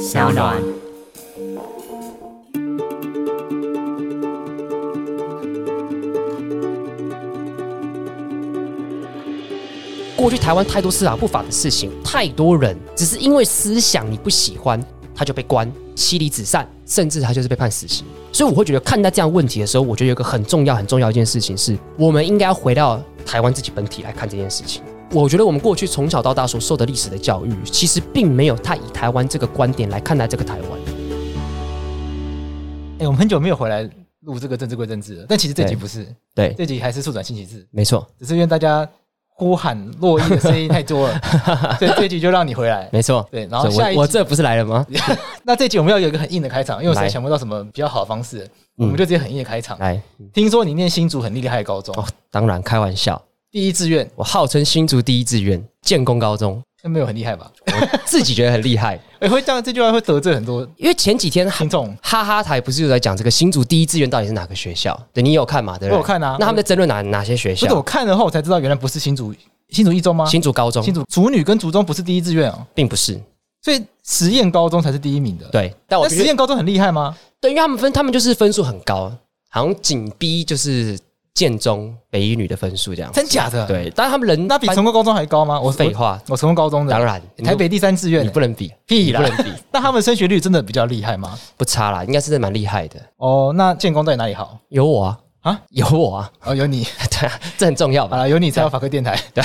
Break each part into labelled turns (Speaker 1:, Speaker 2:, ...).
Speaker 1: 小暖。过去台湾太多司法不法的事情，太多人只是因为思想你不喜欢，他就被关、妻离子散，甚至他就是被判死刑。所以我会觉得看待这样问题的时候，我觉得有一个很重要、很重要一件事情是，我们应该要回到台湾自己本体来看这件事情。我觉得我们过去从小到大所受的历史的教育，其实并没有太以台湾这个观点来看待这个台湾。
Speaker 2: 哎、我们很久没有回来录这个政治归政治了，但其实这集
Speaker 1: 对
Speaker 2: 不是，
Speaker 1: 对，
Speaker 2: 这集还是速转信息制，
Speaker 1: 没错，
Speaker 2: 只是因为大家呼喊洛伊的声音太 多了，所以这集就让你回来。
Speaker 1: 没错。
Speaker 2: 对，然后
Speaker 1: 所
Speaker 2: 下
Speaker 1: 以
Speaker 2: 一
Speaker 1: 我我
Speaker 2: 集
Speaker 1: 这不是来了吗？
Speaker 2: 那这集我们要有一个很硬的开场，因为我实在
Speaker 1: 来嗯
Speaker 2: 想不到什么比较好的方式，我们就直接很硬的开场。
Speaker 1: 来
Speaker 2: 听说你念新竹很厉害的高中，
Speaker 1: 哦，当然开玩 笑，
Speaker 2: 第一志愿
Speaker 1: 我号称新竹第一志愿建工高中，
Speaker 2: 那没有很厉害吧？
Speaker 1: 我自己觉得很厉害，
Speaker 2: 哎、会这样这句话会得罪很多
Speaker 1: 因为前几天
Speaker 2: 听众。
Speaker 1: 哈哈台 不是啊有在讲这个新竹第一志愿到底是哪个学校？对你也有看嘛？对不对？
Speaker 2: 我有看啊
Speaker 1: 那他们在争论哪哪些学
Speaker 2: 不是我
Speaker 1: 校？
Speaker 2: 看了后我才知道，原来不是新竹新竹一中吗？
Speaker 1: 新竹高中
Speaker 2: 新竹竹女跟竹中不是第一志愿哦，
Speaker 1: 并不是
Speaker 2: 所以实验高中才是第一名的。，
Speaker 1: 对，但我
Speaker 2: 那
Speaker 1: 必
Speaker 2: 实
Speaker 1: 须
Speaker 2: 验高中很厉害吗？
Speaker 1: 对，因为他们分他们就是分数很高，好像紧逼就是建中北一女的分数这样。
Speaker 2: 真假的？，
Speaker 1: 对，但他们人
Speaker 2: 那比
Speaker 1: 班
Speaker 2: 成功高中还高吗？我
Speaker 1: 废，话，
Speaker 2: 我我成功高中的
Speaker 1: 当然
Speaker 2: 台北第三志愿
Speaker 1: 你不能比，
Speaker 2: 屁
Speaker 1: 你不
Speaker 2: 啦。
Speaker 1: 能比，
Speaker 2: 那他们升学率真的比较厉害吗？
Speaker 1: 不差啦，应该是蛮厉害的。
Speaker 2: 哦，那建工到底哪里好？
Speaker 1: 有我啊
Speaker 2: 啊
Speaker 1: 有我啊，
Speaker 2: 哦，有你，
Speaker 1: 对啊，这很重要
Speaker 2: 好
Speaker 1: 吧？
Speaker 2: 了，有你才有法科电台。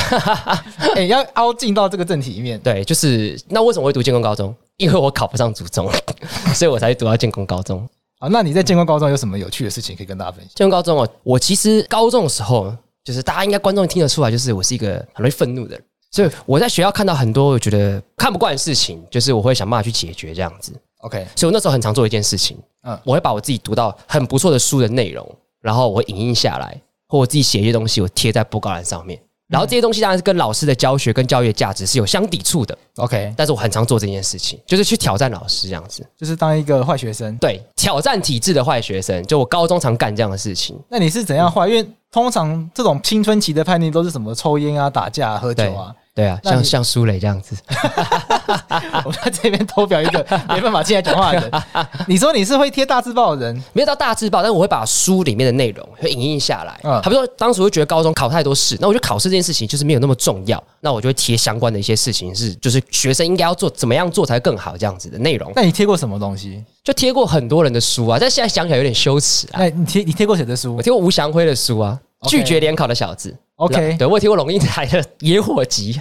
Speaker 2: 哎，要凹进到这个正题里面。
Speaker 1: 对，就是那为什么会读建工高中？因为我考不上祖中， 所以我才读到建工高中。
Speaker 2: 啊，那你在建工高中有什么有趣的事情可以跟大家分享？
Speaker 1: 建中高中哦，我其实高中的时候，就是大家应该观众听得出来，就是我是一个很容易愤怒的人，所以我在学校看到很多我觉得看不惯的事情，就是我会想办法去解决这样子。
Speaker 2: OK，
Speaker 1: 所以我那时候很常做一件事情，
Speaker 2: 嗯
Speaker 1: 嗯，我会把我自己读到很不错的书的内容，然后我会影印下来，或我自己写一些东西，我贴在布告栏上面。然后这些东西当然是跟老师的教学跟教育的价值是有相抵触的，
Speaker 2: OK，
Speaker 1: 但是我很常做这件事情，就是去挑战老师这样子，
Speaker 2: 就是当一个坏学生。
Speaker 1: 对，挑战体制的坏学生，就我高中常干这样的事情。
Speaker 2: 那你是
Speaker 1: 嗯
Speaker 2: 怎样坏？因为通常这种青春期的叛逆都是什么抽烟啊、打架、啊、喝
Speaker 1: 对
Speaker 2: 酒啊。
Speaker 1: 对啊，
Speaker 2: 那你
Speaker 1: 像像苏磊这样子，
Speaker 2: 我们在这边偷表一个没办法进来讲话 的人。你说你是会贴大字报的人，
Speaker 1: 没有到大字报，但我会把书里面的内容会影印下来。
Speaker 2: 嗯
Speaker 1: 好比说，当时我就觉得高中考太多试，那我觉得考试这件事情就是没有那么重要，那我就会贴相关的一些事情是，就是学生应该要做怎么样做才更好这样子的内容，
Speaker 2: 那你贴过什么东西？
Speaker 1: 就贴过很多人的书啊，但现在想起来有点羞耻啊。
Speaker 2: 那你贴你贴过谁的书
Speaker 1: 我贴过吴祥辉的书啊，《
Speaker 2: OK
Speaker 1: 拒绝联考的小子》。
Speaker 2: ？OK，
Speaker 1: 对我也啊贴过龙应台的《野火集》，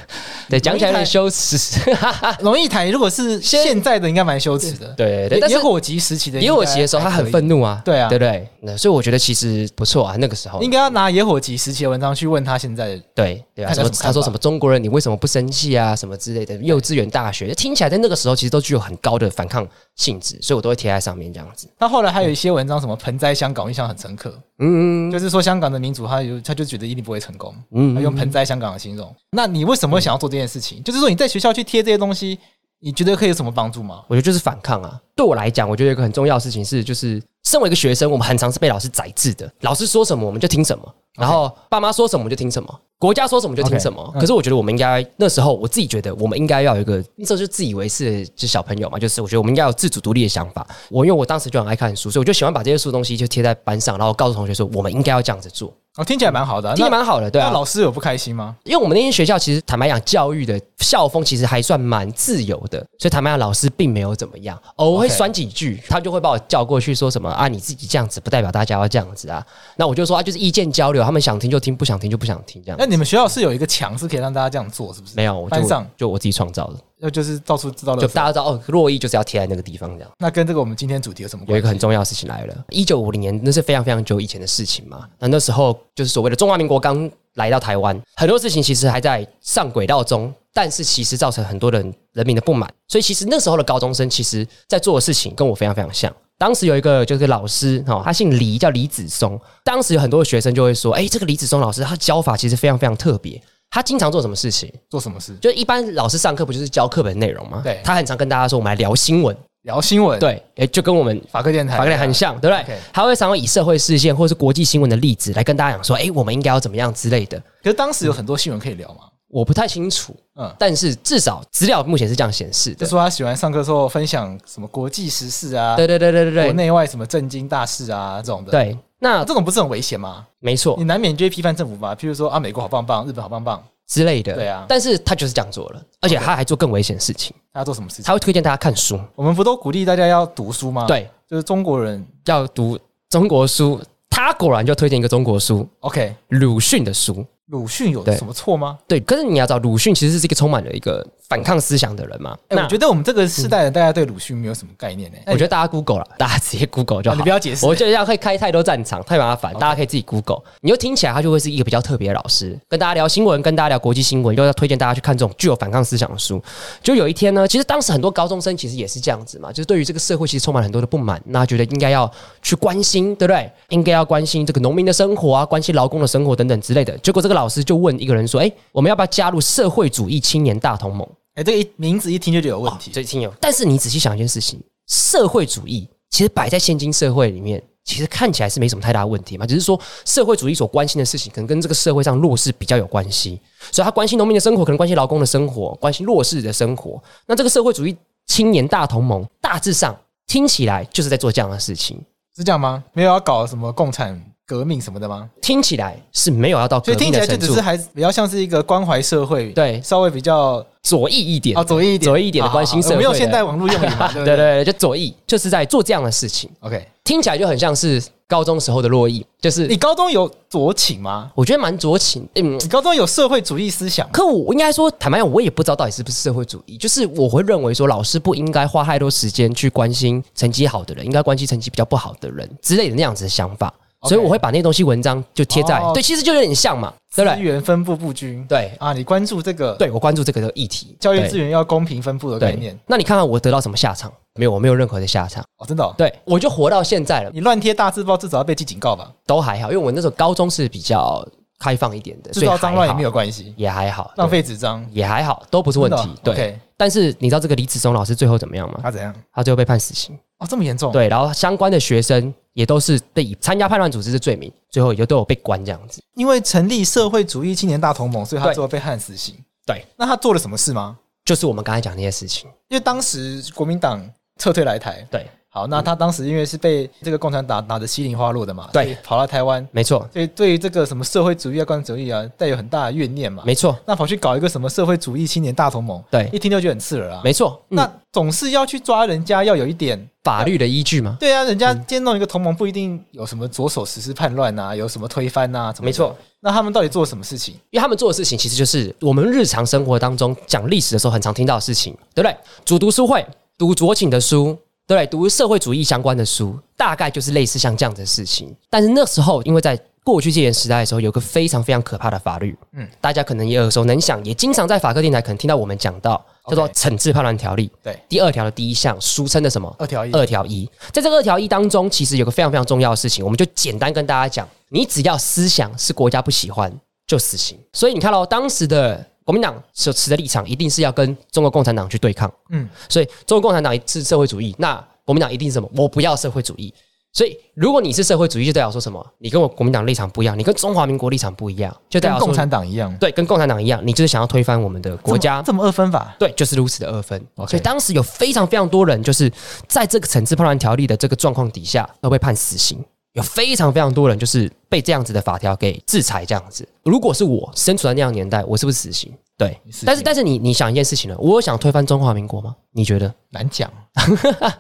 Speaker 1: 对，讲起来有点羞耻。
Speaker 2: 啊龙应台如果是
Speaker 1: 先
Speaker 2: 现在的，应该蛮羞耻的。
Speaker 1: 对对对，
Speaker 2: 野
Speaker 1: 但是
Speaker 2: 野火集时期的，
Speaker 1: 野火集的时候，他很，愤怒啊，
Speaker 2: 对啊
Speaker 1: 对不对？那所以我觉得其实不错啊，那个时候
Speaker 2: 应该要拿野火集时期的文章去问他现在的。
Speaker 1: 对对啊，
Speaker 2: 看
Speaker 1: 什
Speaker 2: 他有
Speaker 1: 么
Speaker 2: 什么
Speaker 1: 他说
Speaker 2: 看法
Speaker 1: 什么中国人你为什么不生气啊，什么之类的，幼稚园、大学，听起来在那个时候其实都具有很高的反抗性质，所以我都会贴在上面这样子。
Speaker 2: 他后来还有一些文章，什么盆栽香港，印象很深刻，
Speaker 1: 嗯
Speaker 2: 就是说香港的民主，他有他就觉得一定不会成功。他
Speaker 1: 嗯
Speaker 2: 用盆栽香港的形容。那你为什么会想要做这件事情？就是说你在学校去贴这些东西，你觉得可以有什么帮助吗？
Speaker 1: 我觉得就是反抗啊。对我来讲，我觉得有一个很重要的事情是，就是身为一个学生，我们很常是被老师宰制的，老师说什么我们就听什么，然后爸妈说什么我们就听什么。国家说什么就听什么
Speaker 2: OK，嗯
Speaker 1: 可是我觉得我们应该那时候我自己觉得我们应该要有一个那时候就自以为是就是小朋友嘛，就是我觉得我们应该有自主独立的想法。我因为我当时就很爱看书，所以我就喜欢把这些书的东西就贴在班上，然后告诉同学说我们应该要这样子做，
Speaker 2: 哦，听起来蛮好的啊、
Speaker 1: 听
Speaker 2: 那
Speaker 1: 起来蛮好的，对啊
Speaker 2: 那。老师有不开心吗？
Speaker 1: 因为我们那间学校其实坦白讲，教育的校风其实还算蛮自由的，所以坦白讲，老师并没有怎么样，偶尔会
Speaker 2: OK
Speaker 1: 酸几句，他就会把我叫过去说什么啊，你自己这样子不代表大家要这样子啊。那我就说啊，就是意见交流，他们想听就听，不想听就不想听，这样
Speaker 2: 那。你们学校是有一个墙是可以让大家这样做，是不是？
Speaker 1: 没有，我
Speaker 2: 班上
Speaker 1: 就就我自己创造的，
Speaker 2: 那就是到处知道
Speaker 1: 就
Speaker 2: 了。
Speaker 1: 大家知道哦，洛伊就是要贴在那个地方这样。
Speaker 2: 那跟这个我们今天主题有什么
Speaker 1: 有
Speaker 2: 关
Speaker 1: 一
Speaker 2: 系？
Speaker 1: 个很重要的事情来了，一九五零年那是非常非常久以前的事情嘛。那那时候就是所谓的中华民国刚来到台湾，很多事情其实还在上轨道中，但是其实造成很多人人民的不满。所以其实那时候的高中生，其实在做的事情跟我非常非常像。当时有一个就是老师哦，他姓李，叫李子松。当时有很多的学生就会说，哎，这个李子松老师他教法其实非常非常特别。他经常做什么事情？
Speaker 2: 做什么事？
Speaker 1: 就一般老师上课不就是教课本内容吗？
Speaker 2: 对
Speaker 1: 他很常跟大家说，我们来聊新闻。
Speaker 2: 聊新闻，，
Speaker 1: 对，哎，就跟我们
Speaker 2: 法科电台，
Speaker 1: 法律很像，对不对
Speaker 2: OK？
Speaker 1: 他会常常以社会事件或是国际新闻的例子来跟大家讲说，哎，我们应该要怎么样之类的。
Speaker 2: 可是当时有很多新闻可以聊嘛？
Speaker 1: 我不太清楚，
Speaker 2: 嗯，
Speaker 1: 但是至少资料目前是这样显示
Speaker 2: 就
Speaker 1: 的。
Speaker 2: 说他喜欢上课时候分享什么国际时事啊，
Speaker 1: 对对对对对对
Speaker 2: 国内外什么震惊大事啊这种的。，嗯
Speaker 1: 对，那
Speaker 2: 这种不是很危险吗？
Speaker 1: 没错
Speaker 2: 你难免就会批判政府吧，譬如说啊，美国好棒棒，日本好棒棒，
Speaker 1: 之类的。
Speaker 2: 对啊
Speaker 1: 但是他就是这样做了，而且他还做更危险的事情，
Speaker 2: 他做什么事情？
Speaker 1: 他会推荐大家看书，
Speaker 2: 我们不都鼓励大家要读书吗？，
Speaker 1: 对，
Speaker 2: 就是中国人。
Speaker 1: 要读中国书。他果然就推荐一个中国书，
Speaker 2: OK，
Speaker 1: 鲁迅的书。
Speaker 2: 鲁迅有
Speaker 1: 对
Speaker 2: 什么错吗？
Speaker 1: 对，可是你要知道，鲁迅其实是一个充满了一个反抗思想的人嘛。
Speaker 2: 哎、我觉得我们这个世代的大家对鲁迅没有什么概念呢、
Speaker 1: 嗯
Speaker 2: 哎
Speaker 1: 我觉得大家 Google 了，大家直接 Google 就
Speaker 2: 啊
Speaker 1: 好。
Speaker 2: 你不要解释
Speaker 1: 我觉得这样会开太多战场，太麻烦，大家可以自己 Google。你就听起来他就会是一个比较特别的老师，跟大家聊新闻，跟大家聊国际新闻，又要推荐大家去看这种具有反抗思想的书。就有一天呢，其实当时很多高中生其实也是这样子嘛，就是对于这个社会其实充满了很多的不满，那觉得应该要去关心，对不对？应该要关心这个农民的生活啊，关心劳工的生活等等之类的。结果这个老师就问一个人说：“哎，我们要不要加入社会主义青年大同盟？”
Speaker 2: 哎、这个一名字一听就觉得有问题。
Speaker 1: 最近有。但是你仔细想一件事情，社会主义其实摆在现今社会里面，其实看起来是没什么太大问题嘛，只是说社会主义所关心的事情，可能跟这个社会上弱势比较有关系，所以他关心农民的生活，可能关心劳工的生活，关心弱势的生活。那这个社会主义青年大同盟，大致上听起来就是在做这样的事情，
Speaker 2: 是这样吗？没有要搞什么共产革命什么的吗？
Speaker 1: 听起来是没有要到
Speaker 2: 所
Speaker 1: 革
Speaker 2: 以听
Speaker 1: 命
Speaker 2: 起来
Speaker 1: 的
Speaker 2: 就
Speaker 1: 程
Speaker 2: 只
Speaker 1: 度
Speaker 2: 是，还是比较像是一个关怀社会，，
Speaker 1: 对
Speaker 2: 稍微比较
Speaker 1: 左翼一点
Speaker 2: 啊，左翼一点，
Speaker 1: 左翼一点的关心社会
Speaker 2: 我
Speaker 1: 的
Speaker 2: 们用现代网络用语 嘛，
Speaker 1: 对
Speaker 2: 对不
Speaker 1: 对
Speaker 2: 对
Speaker 1: 对，就左翼就是在做这样的事情，
Speaker 2: ？OK，
Speaker 1: 听起来就很像是高中时候的洛邑，就是
Speaker 2: 你高中有左倾吗？
Speaker 1: 我觉得蛮酌情，嗯。
Speaker 2: 你高中有社会主义思想吗？
Speaker 1: 可我应该说，坦白讲，我也不知道到底是不是社会主义。就是我会认为说，老师不应该花太多时间去关心成绩好的人，应该关心成绩比较不好的人之类的那样子的想法。所以我会把那些东西文章就贴在、
Speaker 2: 哦
Speaker 1: 对，其实就有点像嘛，对不
Speaker 2: 资
Speaker 1: 对？
Speaker 2: 源分布不均，
Speaker 1: 对
Speaker 2: 啊，你关注这个
Speaker 1: 对，我关注这个议题，
Speaker 2: 教育资
Speaker 1: 源
Speaker 2: 源要公平分布的概念，
Speaker 1: 那你看看我得到什么下场？没有，我没有任何的下场。
Speaker 2: 哦，真的哦，
Speaker 1: 对，我就活到现在了，
Speaker 2: 你乱贴大字报，至少要被记警告吧？
Speaker 1: 都还好，因为我那时候高中是比较开放一点的，
Speaker 2: 制
Speaker 1: 所以
Speaker 2: 造
Speaker 1: 还
Speaker 2: 脏乱也没
Speaker 1: 好，
Speaker 2: 有关系，
Speaker 1: 也还好，
Speaker 2: 浪
Speaker 1: 对
Speaker 2: 费纸张
Speaker 1: 也还好，都不是问题。
Speaker 2: 真的哦
Speaker 1: 对。
Speaker 2: OK
Speaker 1: 但是你知道这个李子松老师最后怎么样吗？
Speaker 2: 他怎样？
Speaker 1: 他最后被判死刑。
Speaker 2: 哦，这么严重？，
Speaker 1: 对，然后相关的学生也都是被以参加叛乱组织的罪名，最后也就都有被关这样子。
Speaker 2: 因为成立社会主义青年大同盟，所以他
Speaker 1: 对
Speaker 2: 最后被判死刑。
Speaker 1: 对，
Speaker 2: 那他做了什么事吗？
Speaker 1: 就是我们刚才讲的那些事情。
Speaker 2: 因为当时国民党撤退来台，
Speaker 1: 对，
Speaker 2: 好，那他当时因为是被这个共产党打得稀里哗落的嘛，
Speaker 1: 对
Speaker 2: 所以跑到台湾，
Speaker 1: 没错，
Speaker 2: 所以对于这个什么社会主义啊、共产主义啊，带有很大的怨念嘛。
Speaker 1: 没错，
Speaker 2: 那跑去搞一个什么社会主义青年大同盟，
Speaker 1: 对
Speaker 2: 一听就觉得很刺耳啊。
Speaker 1: 没嗯错。那、
Speaker 2: 那总是要去抓人家，要有一点
Speaker 1: 法律的依据吗？
Speaker 2: 对啊，人
Speaker 1: 嗯
Speaker 2: 家今天弄一个同盟，不一定有什么着手实施叛乱啊，有什么推翻啊，怎么的
Speaker 1: 没错，
Speaker 2: 那他们到底做了什么事情？
Speaker 1: 因为他们做的事情其实就是我们日常生活当中讲历史的时候很常听到的事情，对不对？主读书会，读左倾的书，对不对？读社会主义相关的书，大概就是类似像这样的事情。但是那时候，因为在过去戒严时代的时候，有个非常非常可怕的法律，
Speaker 2: 嗯
Speaker 1: 嗯，大家可能也耳熟能详，也经常在法科电台可能听到我们讲到，叫做
Speaker 2: OK
Speaker 1: 《惩治叛乱条例》
Speaker 2: 对
Speaker 1: 第二条的第一项，俗称的什么？
Speaker 2: 二条一，
Speaker 1: 二条一，在这个二条一当中，其实有个非常非常重要的事情，我们就简单跟大家讲：你只要思想是国家不喜欢，就死刑。所以你看喽，当时的国民党所持的立场，一定是要跟中国共产党去对抗。
Speaker 2: 嗯，
Speaker 1: 所以中国共产党是社会主义，那国民党一定是什么？我不要社会主义。所以如果你是社会主义，就代表说什么？你跟我国民党立场不一样，你跟中华民国立场不一样，就代
Speaker 2: 跟
Speaker 1: 表
Speaker 2: 共
Speaker 1: 说
Speaker 2: 产党一样，
Speaker 1: 对，跟共产党一样，你就是想要推翻我们的国家
Speaker 2: 这么。这么二分法，
Speaker 1: 对，就是如此的二分。
Speaker 2: OK
Speaker 1: 所以当时有非常非常多人，就是在这个惩治叛乱条例的这个状况底下，都被判死刑。有非常非常多人就是被这样子的法条给制裁，这样子。如果是我身处在那样的年代，我是不是死刑？对
Speaker 2: 你死，刑
Speaker 1: 但是但是你你想一件事情呢？我有想推翻中华民国吗？你觉得？
Speaker 2: 难讲。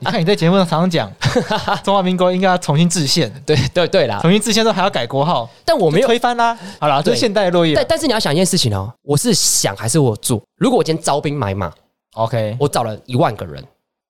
Speaker 2: 你看你在节目上常 常讲，中华民国应该要重新制宪，
Speaker 1: 对对对啦，
Speaker 2: 重新制宪都还要改国号，
Speaker 1: 但我
Speaker 2: 我
Speaker 1: 啊没有。
Speaker 2: 推翻啦。好啦，这
Speaker 1: 对
Speaker 2: 是现代的落叶
Speaker 1: 但。但是你要想一件事情哦，我是想还是我做？如果我今天招兵买马，
Speaker 2: OK，
Speaker 1: 我找了一万个人，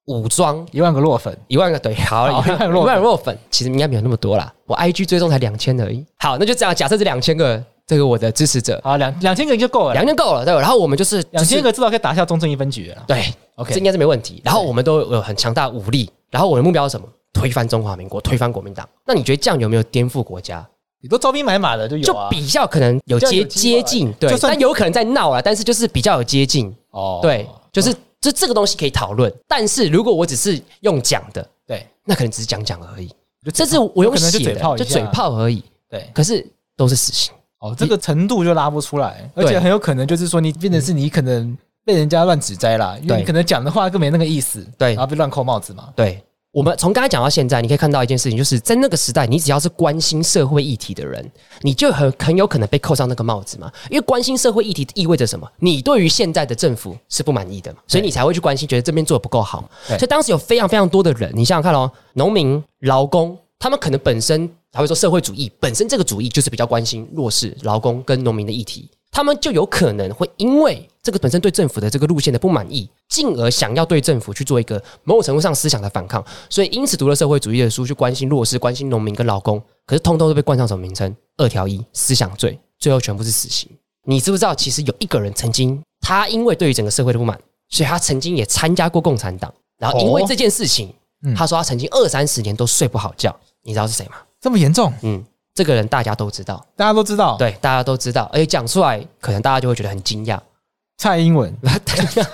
Speaker 1: 武装
Speaker 2: 一万个落粉，
Speaker 1: 一万个对，好，
Speaker 2: 好
Speaker 1: 一万
Speaker 2: 一万
Speaker 1: 一
Speaker 2: 个
Speaker 1: 万弱粉，其实应该没有那么多啦。我 IG 追踪才两千而已。好，那就这样，假设这两千个这个我的支持者，
Speaker 2: 好，两两千个就够了，
Speaker 1: 两千够了，对吧？然后我们就是
Speaker 2: 两千
Speaker 1: 就是
Speaker 2: 个至少可以打下中正一分局了。
Speaker 1: 对，这
Speaker 2: OK，
Speaker 1: 应该是没问题。然后我们都有很强大的武力，然后我的目标是什么？推翻中华民国，推翻国民党。那你觉得这样有没有颠覆国家？
Speaker 2: 你都招兵买马的就有
Speaker 1: 就
Speaker 2: 啊。
Speaker 1: 比较可能有
Speaker 2: 这样
Speaker 1: 接
Speaker 2: 有机
Speaker 1: 接
Speaker 2: 会
Speaker 1: 近，对
Speaker 2: 就，算
Speaker 1: 但有可能在闹了，但是就是比较有接近，
Speaker 2: 哦
Speaker 1: 对，就是这这个东西可以讨论。但是如果我只是用讲的，
Speaker 2: 对，
Speaker 1: 那可能只是讲讲而已。
Speaker 2: 就
Speaker 1: 这是我用
Speaker 2: 啊可能就
Speaker 1: 写
Speaker 2: 嘴炮
Speaker 1: 的，
Speaker 2: 一
Speaker 1: 就
Speaker 2: 下
Speaker 1: 嘴炮而已。
Speaker 2: 对
Speaker 1: 可是都是死刑。
Speaker 2: 哦，这个程度就拉不出来，而
Speaker 1: 对
Speaker 2: 且很有可能就是说你变成是你可能被人家乱指摘啦，因为你
Speaker 1: 对
Speaker 2: 可能讲的话更没那个意思，
Speaker 1: 对
Speaker 2: 然后被乱扣帽子嘛。
Speaker 1: 对，我们从刚才讲到现在，你可以看到一件事情，就是在那个时代，你只要是关心社会议题的人，你就很很有可能被扣上那个帽子嘛。因为关心社会议题意味着什么？你对于现在的政府是不满意的嘛，所以你才会去关心，觉得这边做的不够好嘛。
Speaker 2: 对
Speaker 1: 所以当时有非常非常多的人，你想想看哦，农民、劳工，他们可能本身还会说社会主义本身这个主义就是比较关心弱势、劳工跟农民的议题，他们就有可能会因为这个本身对政府的这个路线的不满意，进而想要对政府去做一个某种程度上思想的反抗，所以因此读了社会主义的书，去关心弱势、关心农民跟劳工，可是通通都被冠上什么名称？二条一思想罪，最后全部是死刑。你知不知道，其实有一个人曾经，他因为对于整个社会的不满，所以他曾经也参加过共产党，然后因为
Speaker 2: 哦
Speaker 1: 这件事情，
Speaker 2: 嗯
Speaker 1: 他说他曾经二三十年都睡不好觉。你知道是谁吗？
Speaker 2: 这么严重，
Speaker 1: 嗯，这个人大家都知道，
Speaker 2: 大家都知道，
Speaker 1: 对，大家都知道，而且讲出来，可能大家就会觉得很惊讶。
Speaker 2: 蔡英文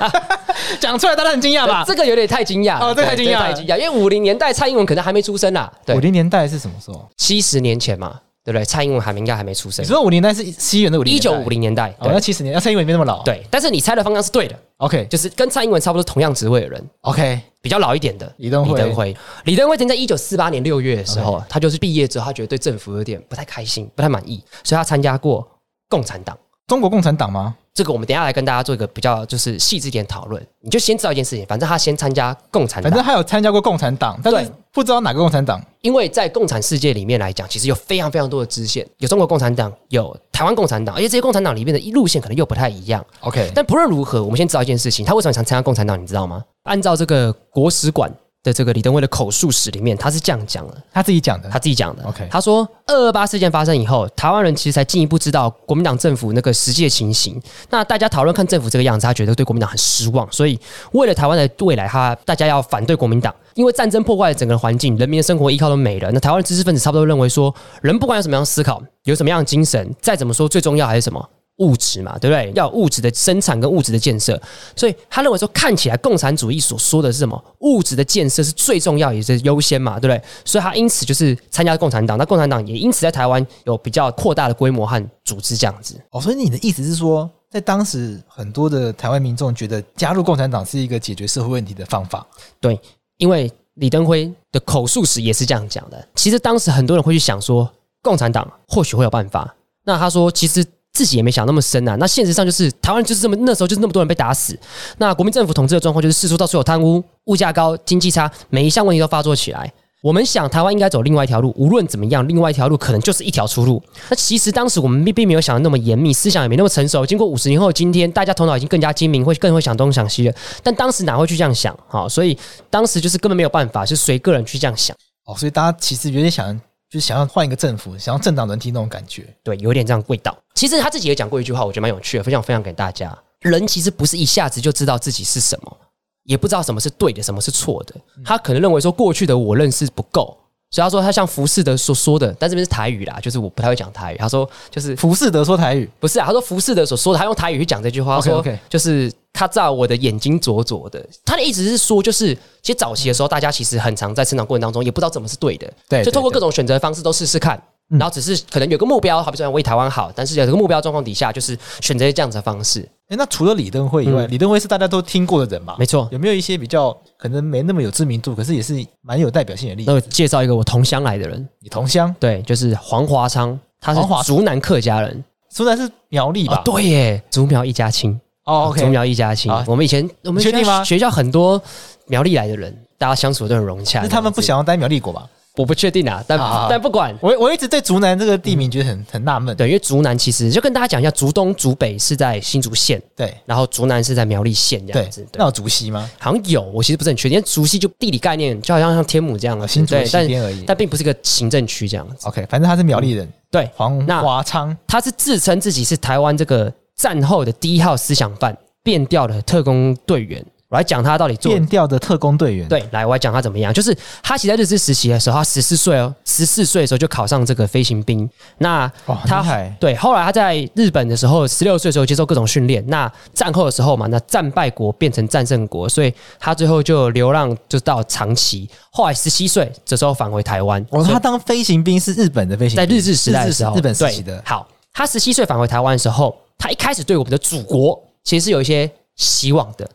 Speaker 2: 讲出来，大家很惊讶吧？
Speaker 1: 这个有点太惊讶了
Speaker 2: 啊哦这个太
Speaker 1: 对
Speaker 2: 惊讶了
Speaker 1: 太惊讶，因为五零年代蔡英文可能还没出生啦，对
Speaker 2: 五，零年代是什么时候？
Speaker 1: 七十年前嘛，对不对？蔡英文还没应该还没出生
Speaker 2: 你，说五零年代是西元的五零，
Speaker 1: 一九五，零年代，
Speaker 2: 哦，那
Speaker 1: 对
Speaker 2: 七十年，那蔡英文没那么老。啊
Speaker 1: 对。但是你猜的方向是对的，
Speaker 2: ，OK
Speaker 1: 就是跟蔡英文差不多同样职位的人，
Speaker 2: OK，
Speaker 1: 比较老一点的
Speaker 2: 李登辉
Speaker 1: 李登辉，李登辉曾在一九四八年六月的时候，他就是毕业之后，他觉得对政府有点不太开心，不太满意，所以他参加过共产党。
Speaker 2: 中国共产党吗？
Speaker 1: 这个我们等一下来跟大家做一个比较就是细致一点讨论。你就先知道一件事情，反正他先参加共产
Speaker 2: 反正
Speaker 1: 党，
Speaker 2: 他有参加过共产党，但是
Speaker 1: 对
Speaker 2: 不知道哪个共产党。
Speaker 1: 因为在共产世界里面来讲，其实有非常非常多的支线，有中国共产党，有台湾共产党，而且这些共产党里面的路线可能又不太一样。
Speaker 2: OK，
Speaker 1: 但不论如何，我们先知道一件事情，他为什么想参加共产党，你知道吗？按照这个国史馆的这个李登辉的口述史里面，他是这样讲的，
Speaker 2: 他自己讲的
Speaker 1: 他自己讲的。
Speaker 2: OK
Speaker 1: 他说二二八事件发生以后，台湾人其实才进一步知道国民党政府那个实际的情形。那大家讨论看政府这个样子，他觉得对国民党很失望，所以为了台湾的未来，他大家要反对国民党。因为战争破坏了整个环境，人民的生活依靠都没了。那台湾的知识分子差不多认为说，人不管有什么样的思考，有什么样的精神，再怎么说，最重要还是什么？物质嘛，对不对？要有物质的生产跟物质的建设，所以他认为说，看起来共产主义所说的是什么？物质的建设是最重要，也是优先嘛，对不对？所以他因此就是参加共产党，那共产党也因此在台湾有比较扩大的规模和组织这样子。
Speaker 2: 哦，所以你的意思是说，在当时很多的台湾民众觉得加入共产党是一个解决社会问题的方法。
Speaker 1: 对，因为李登辉的口述史也是这样讲的。其实当时很多人会去想说，共产党或许会有办法。那他说，其实自己也没想那么深啊。那现实上就是台湾就是这么那时候就是那么多人被打死，那国民政府统治的状况就是四处到处有贪污、物价高、经济差，每一项问题都发作起来。我们想台湾应该走另外一条路，无论怎么样，另外一条路可能就是一条出路。那其实当时我们并并没有想的那么严密，思想也没那么成熟。经过五十年后的今天，大家头脑已经更加精明，会更会想东想西了。但当时哪会去这样想？好、所以当时就是根本没有办法，是随个人去这样想。
Speaker 2: 哦，所以大家其实有点想，就是想要换一个政府，想要政党轮替那种感觉。
Speaker 1: 对，有点这样味道。其实他自己也讲过一句话，我觉得蛮有趣的，分享分享给大家。人其实不是一下子就知道自己是什么，也不知道什么是对的，什么是错的。他可能认为说过去的我认识不够，所以他说他像浮士德所说的，但这边是台语啦，就是我不太会讲台语。他说就是
Speaker 2: 浮士德说台语，
Speaker 1: 不是啊，他说浮士德所说的，他用台语去讲这句话，他说
Speaker 2: OK，OK
Speaker 1: 就是咔嚓，我的眼睛灼灼的。他的意思是说，就是其实早期的时候，大家其实很常在成长过程当中也不知道怎么是对的，
Speaker 2: 对
Speaker 1: 就
Speaker 2: 对
Speaker 1: 通过
Speaker 2: 对
Speaker 1: 各种选择方式都试试看。
Speaker 2: 嗯
Speaker 1: 然后只是可能有个目标，好比说为台湾好，但是有这个目标状况底下，就是选择这样子的方式。
Speaker 2: 诶那除了李登辉以外，
Speaker 1: 嗯
Speaker 2: 李登辉是大家都听过的人嘛？
Speaker 1: 没错，
Speaker 2: 有没有一些比较可能没那么有知名度，可是也是蛮有代表性的例
Speaker 1: 那
Speaker 2: 子？
Speaker 1: 我介绍一个我同乡来的人，
Speaker 2: 你同乡
Speaker 1: 对，就是黄华昌，他
Speaker 2: 黄华
Speaker 1: 是竹南客家人。
Speaker 2: 虽然是苗栗吧？
Speaker 1: 啊对耶，竹苗一家亲。
Speaker 2: 哦
Speaker 1: 竹
Speaker 2: ，OK，
Speaker 1: 苗一家亲
Speaker 2: 好。
Speaker 1: 我们以前我们
Speaker 2: 确定
Speaker 1: 学校
Speaker 2: 吗
Speaker 1: 学校很多苗栗来的人，大家相处都很融洽。
Speaker 2: 是他们不
Speaker 1: 这样子
Speaker 2: 想要待苗栗国吧？
Speaker 1: 我不确定啊，但
Speaker 2: 好好好
Speaker 1: 但不管。
Speaker 2: 我我一直对竹南这个地名觉得很很纳闷。
Speaker 1: 对，因为竹南其实就跟大家讲一下，竹东、竹北是在新竹县，
Speaker 2: 对
Speaker 1: 然后竹南是在苗栗县这
Speaker 2: 对
Speaker 1: 样子。对
Speaker 2: 那，有竹溪吗？
Speaker 1: 好像有，我其实不是很确定。因为竹溪就地理概念，就好像像天母这样
Speaker 2: 啊，
Speaker 1: 的，
Speaker 2: 新竹的
Speaker 1: 对，
Speaker 2: 西
Speaker 1: 但
Speaker 2: 边而已。
Speaker 1: 但并不是一个行政区这样子。
Speaker 2: OK，反正他是苗栗人，
Speaker 1: 对，
Speaker 2: 黄
Speaker 1: 嗯那
Speaker 2: 华昌。
Speaker 1: 他是自称自己是台湾这个战后的第一号思想犯，变调的特工队员。我来讲他到底做了
Speaker 2: 变调的特工队员。，
Speaker 1: 对，来，我来讲他怎么样。就是他其实在日治时期的时候，他十四岁哦，十四岁的时候就考上这个飞行兵。那
Speaker 2: 哇，很
Speaker 1: 他
Speaker 2: 厉害。
Speaker 1: 对，后来他在日本的时候，十六岁的时候接受各种训练。那战后的时候嘛，那战败国变成战胜国，所以他最后就流浪，就到长崎。后来十七岁这时候返回台湾。
Speaker 2: 哦，
Speaker 1: 所以
Speaker 2: 他当飞行兵是日本的飞行
Speaker 1: 在
Speaker 2: 兵，
Speaker 1: 日治时代的时候，
Speaker 2: 日日本时
Speaker 1: 对
Speaker 2: 期的。
Speaker 1: 好。他十七岁返回台湾的时候，他一开始对我们的祖国其实是有一些希望的，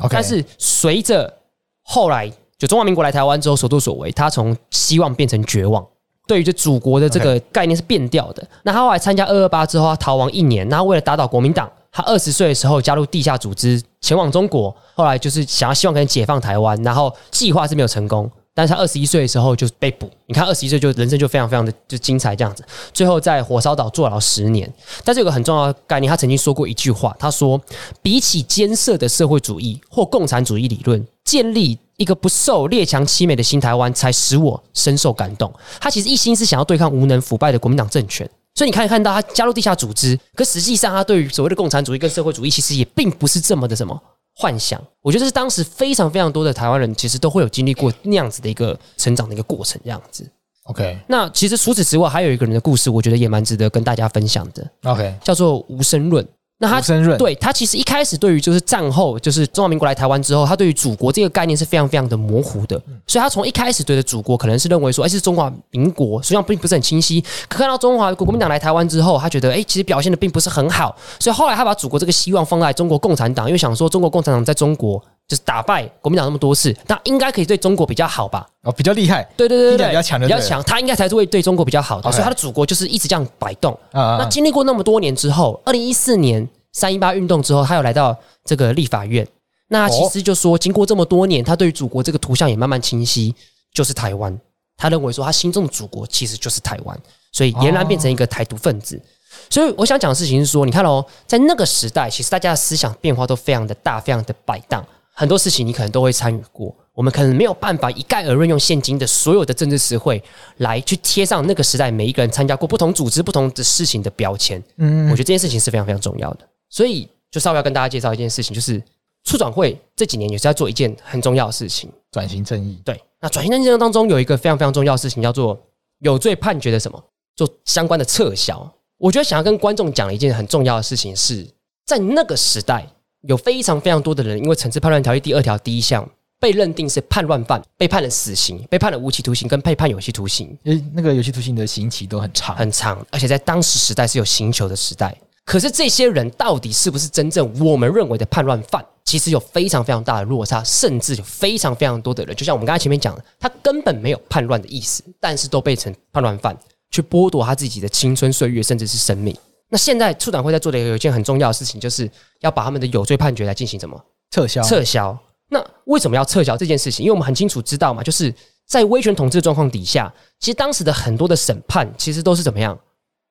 Speaker 2: OK，
Speaker 1: 但是随着后来就中华民国来台湾之后所作所为，他从希望变成绝望，对于这祖国的这个概念是变掉的。那他后来参加二二八之后，他逃亡一年，那他为了打倒国民党，他二十岁的时候加入地下组织，前往中国，后来就是想要希望可以解放台湾，然后计划是没有成功。但是他二十一岁的时候就被捕，你看二十一岁就人生就非常非常的就精彩这样子，最后在火烧岛坐牢十年。但是有个很重要的概念，他曾经说过一句话，他说：“比起艰涩的社会主义或共产主义理论，建立一个不受列强凄美的新台湾，才使我深受感动。”他其实一心是想要对抗无能腐败的国民党政权。所以你看看到他加入地下组织，可实际上他对于所谓的共产主义跟社会主义，其实也并不是这么的什么幻想。我觉得这是当时非常非常多的台湾人其实都会有经历过那样子的一个成长的一个过程，这样子。
Speaker 2: OK
Speaker 1: 那其实除此之外，还有一个人的故事，我觉得也蛮值得跟大家分享的，
Speaker 2: OK，
Speaker 1: 叫做吴声润。那他
Speaker 2: 吴声润
Speaker 1: 对他其实一开始对于就是战后，就是中华民国来台湾之后，他对于祖国这个概念是非常非常的模糊的，所以他从一开始对着祖国可能是认为说，哎、是中华民国，实际上并不是很清晰。可看到中华国民党来台湾之后，他觉得，哎、其实表现的并不是很好，所以后来他把祖国这个希望放在中国共产党，因为想说中国共产党在中国就是打败国民党那么多次，那应该可以对中国比较好吧。
Speaker 2: 哦比较厉害
Speaker 1: 对对对对对，
Speaker 2: 力量比较强就
Speaker 1: 比
Speaker 2: 对了
Speaker 1: 较强，他应该才是会对中国比较好的，
Speaker 2: OK
Speaker 1: 所以他的祖国就是一直这样摆动。
Speaker 2: 啊啊
Speaker 1: 那
Speaker 2: 啊
Speaker 1: 经历过那么多年之后，二零一四年三一八运动之后，他又来到这个立法院。那其实就说，经过这么多年，他对于祖国这个图像也慢慢清晰，就是台湾。他认为说，他心中的祖国其实就是台湾，所以俨然变成一个台独分子。所以我想讲的事情是说，你看哦，在那个时代，其实大家的思想变化都非常的大，非常的摆荡，很多事情你可能都会参与过。我们可能没有办法一概而论，用现今的所有的政治词汇来去贴上那个时代每一个人参加过不同组织、不同的事情的标签。
Speaker 2: 嗯
Speaker 1: 我觉得这件事情是非常非常重要的。所以就稍微要跟大家介绍一件事情，就是促转会这几年也是在做一件很重要的事情。
Speaker 2: 转型正义
Speaker 1: 对，那转型正义当中有一个非常非常重要的事情，叫做有罪判决的什么做相关的撤销。我觉得想要跟观众讲的一件很重要的事情是，在那个时代，有非常非常多的人因为《惩治叛乱条例》第二条第一项被认定是叛乱犯，被判了死刑，被判了无期徒刑，跟被判有期徒刑。
Speaker 2: 因为那个游戏图形的刑期都很长，
Speaker 1: 很长，而且在当时时代是有刑求的时代。可是这些人到底是不是真正我们认为的叛乱犯？其实有非常非常大的落差，甚至有非常非常多的人，就像我们刚才前面讲的，他根本没有叛乱的意思，但是都被成叛乱犯，去剥夺他自己的青春岁月，甚至是生命。那现在促转会在做的有一件很重要的事情，就是要把他们的有罪判决来进行什么
Speaker 2: 撤销
Speaker 1: 撤销。那为什么要撤销这件事情？因为我们很清楚知道嘛，就是在威权统治的状况底下，其实当时的很多的审判其实都是怎么样，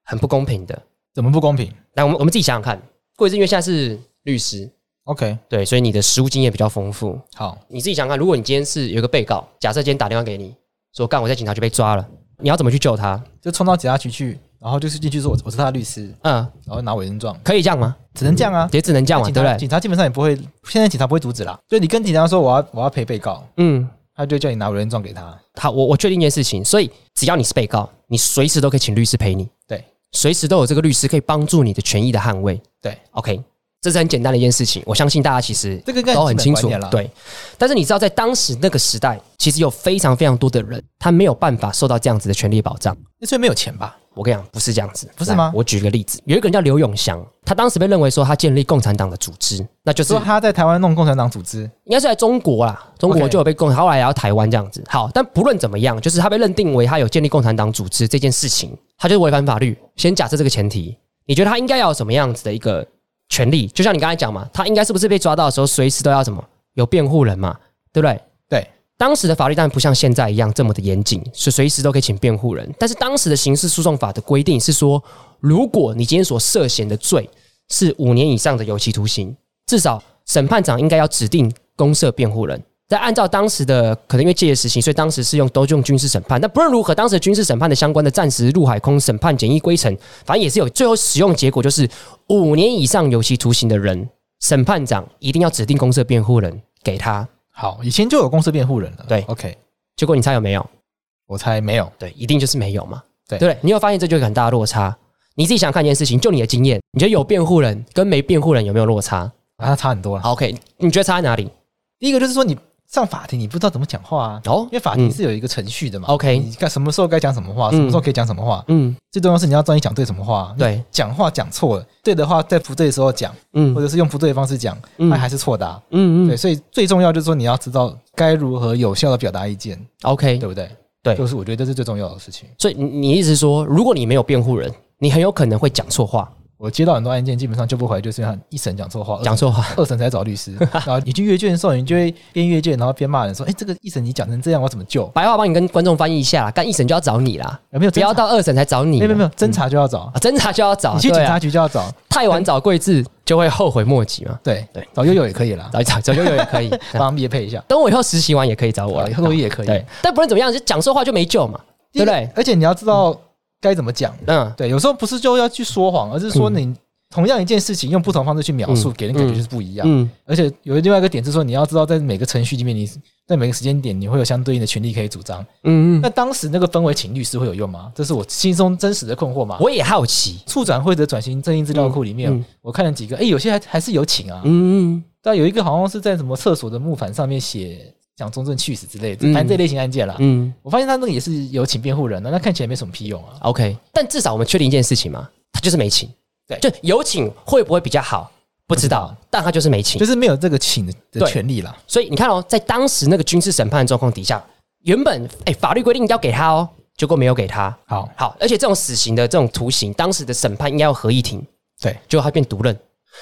Speaker 1: 很不公平的。
Speaker 2: 怎么不公平
Speaker 1: 来，我们我们自己想想看，贵志因为现在是律师，
Speaker 2: ？OK，
Speaker 1: 对，所以你的实务经验比较丰富。
Speaker 2: 好，
Speaker 1: 你自己想想看，如果你今天是有一个被告，假设今天打电话给你说，干我在警察局被抓了，你要怎么去救他？
Speaker 2: 就冲到警察局去，然后就是进去说我我是他的律师，
Speaker 1: 嗯，
Speaker 2: 然后拿委任状，
Speaker 1: 可以这样吗？
Speaker 2: 只能这样啊。
Speaker 1: 也只能嗯这样嘛，
Speaker 2: 警
Speaker 1: 对
Speaker 2: 察
Speaker 1: 不对？
Speaker 2: 警察基本上也不会，现在警察不会阻止啦。就你跟警察说我要我要陪被告，
Speaker 1: 嗯，
Speaker 2: 他就叫你拿委任状给他。
Speaker 1: 好，我我确定一件事情，所以只要你是被告，你随时都可以请律师陪你，
Speaker 2: 对，
Speaker 1: 随时都有这个律师可以帮助你的权益的捍卫，
Speaker 2: 对
Speaker 1: ，OK，这是很简单的一件事情，我相信大家其实
Speaker 2: 这个应该
Speaker 1: 都很清
Speaker 2: 基
Speaker 1: 楚
Speaker 2: 本观念啦，
Speaker 1: 对。但是你知道，在当时那个时代，其实有非常非常多的人，他没有办法受到这样子的权利保障。
Speaker 2: 那所以没有钱吧？
Speaker 1: 我跟你讲，不是这样子，
Speaker 2: 不是吗
Speaker 1: 来我举个例子，有一个人叫刘永祥，他当时被认为说他建立共产党的组织，那就是
Speaker 2: 说他在台湾弄共产党组织，
Speaker 1: 应该是在中国啦，中国
Speaker 2: OK
Speaker 1: 就有被共，后来也到台湾这样子。好，但不论怎么样，就是他被认定为他有建立共产党组织这件事情，他就是违反法律。先假设这个前提，你觉得他应该要有什么样子的一个权利？就像你刚才讲嘛，他应该是不是被抓到的时候，随时都要什么有辩护人嘛，对不对？
Speaker 2: 对，
Speaker 1: 当时的法律当然不像现在一样这么的严谨，是随时都可以请辩护人。但是当时的刑事诉讼法的规定是说，如果你今天所涉嫌的罪是五年以上的有期徒刑，至少审判长应该要指定公社辩护人。再按照当时的可能因为戒严时期，所以当时是用都用军事审判。但不论如何，当时的军事审判的相关的战时陆海空审判简易规程，反正也是有最后使用结果就是五年以上有期徒刑的人，审判长一定要指定公社辩护人给他。
Speaker 2: 好，以前就有公司辩护人了。
Speaker 1: 对
Speaker 2: ，OK，
Speaker 1: 结果你猜有没有？
Speaker 2: 我猜没有。
Speaker 1: 对，一定就是没有嘛。
Speaker 2: 对
Speaker 1: 对不对，你有发现这就有一个很大的落差。你自己想看一件事情，就你的经验，你觉得有辩护人跟没辩护人有没有落差？
Speaker 2: 啊，他差很多了。
Speaker 1: 好，OK，你觉得差在哪里？
Speaker 2: 第一个就是说你上法庭你不知道怎么讲话啊，
Speaker 1: 哦
Speaker 2: 因为法庭是有一个程序的嘛。
Speaker 1: OK
Speaker 2: 你该什么时候该讲什么话，什么时候可以讲什么话，
Speaker 1: 嗯
Speaker 2: 最重要是你要知道你讲对什么话。
Speaker 1: 对，
Speaker 2: 讲话讲错了，对的话在不对的时候讲，
Speaker 1: 嗯
Speaker 2: 或者是用不对的方式讲，
Speaker 1: 嗯
Speaker 2: 那还是错的啊。
Speaker 1: 嗯
Speaker 2: 对，
Speaker 1: 嗯
Speaker 2: 所以最重要就是说你要知道该如何有效的表达意见，
Speaker 1: ，OK，
Speaker 2: 对不对？
Speaker 1: 嗯对
Speaker 2: 就是我觉得这是最重要的事情。
Speaker 1: 所以你你意思是说，如果你没有辩护人，你很有可能会讲错话，
Speaker 2: 我接到很多案件，基本上救不回来，就是他一审讲错话，
Speaker 1: 讲错话，
Speaker 2: 二审才找律 师，然后你去阅卷的时候，你就会边阅卷然后边骂人说：“哎，这个一审你讲成这样，我怎么救
Speaker 1: 白话帮你跟观众翻译一下啦，干一审就要找你啦，？”
Speaker 2: 有没有
Speaker 1: 不
Speaker 2: 侦查？
Speaker 1: 要到二审才找你
Speaker 2: 啊没
Speaker 1: 啦，
Speaker 2: 有没有没有侦查就要找
Speaker 1: 啊，，侦查就要找，
Speaker 2: 你去
Speaker 1: 对
Speaker 2: 警
Speaker 1: 啊
Speaker 2: 察局就要找，
Speaker 1: 太晚找桂智就会后悔莫及嘛，
Speaker 2: 对
Speaker 1: 对，
Speaker 2: 找悠悠也可以啦，
Speaker 1: 找找找悠悠也 可以，啊
Speaker 2: 帮他们也配一下，
Speaker 1: 等我以后实习完也可以找我
Speaker 2: 我
Speaker 1: 了，
Speaker 2: 以后也可以，
Speaker 1: 对，但不论怎么样，就讲错话就没救嘛，对
Speaker 2: 因为
Speaker 1: 不对？
Speaker 2: 而且你要知道该怎么讲，
Speaker 1: 嗯，
Speaker 2: 对，有时候不是就要去说谎，而是说你同样一件事情用不同方式去描述，
Speaker 1: 嗯
Speaker 2: 给人感觉就是不一样。
Speaker 1: 嗯，
Speaker 2: 而且有另外一个点是说，你要知道在每个程序里面，你在每个时间点你会有相对应的权利可以主张。
Speaker 1: 嗯嗯，
Speaker 2: 那当时那个氛围，请律师会有用吗？这是我心中真实的困惑嘛。
Speaker 1: 我也好奇，
Speaker 2: 促转会者转型正义资料库里面，
Speaker 1: 嗯嗯
Speaker 2: 我看了几个，哎，有些还还是有请啊。
Speaker 1: 嗯
Speaker 2: 但有一个好像是在什么厕所的木板上面写蒋中正去死之类的，
Speaker 1: 嗯
Speaker 2: 反正这类型案件啦。
Speaker 1: 嗯
Speaker 2: 我发现他那个也是有请辩护人的，那看起来没什么屁用啊。
Speaker 1: ，OK，但至少我们确定一件事情嘛，他就是没请，
Speaker 2: 对
Speaker 1: 就有请会不会比较好？不知道，但嗯他就是没请
Speaker 2: 就，是没有这个请的的
Speaker 1: 对
Speaker 2: 权利啦。
Speaker 1: 所以你看哦，在当时那个军事审判的状况底下，原本哎法律规定要给他哦，结果没有给他。
Speaker 2: 好，
Speaker 1: 好，而且这种死刑的这种徒刑，当时的审判应该要合议庭，
Speaker 2: 对，
Speaker 1: 结果他变独任。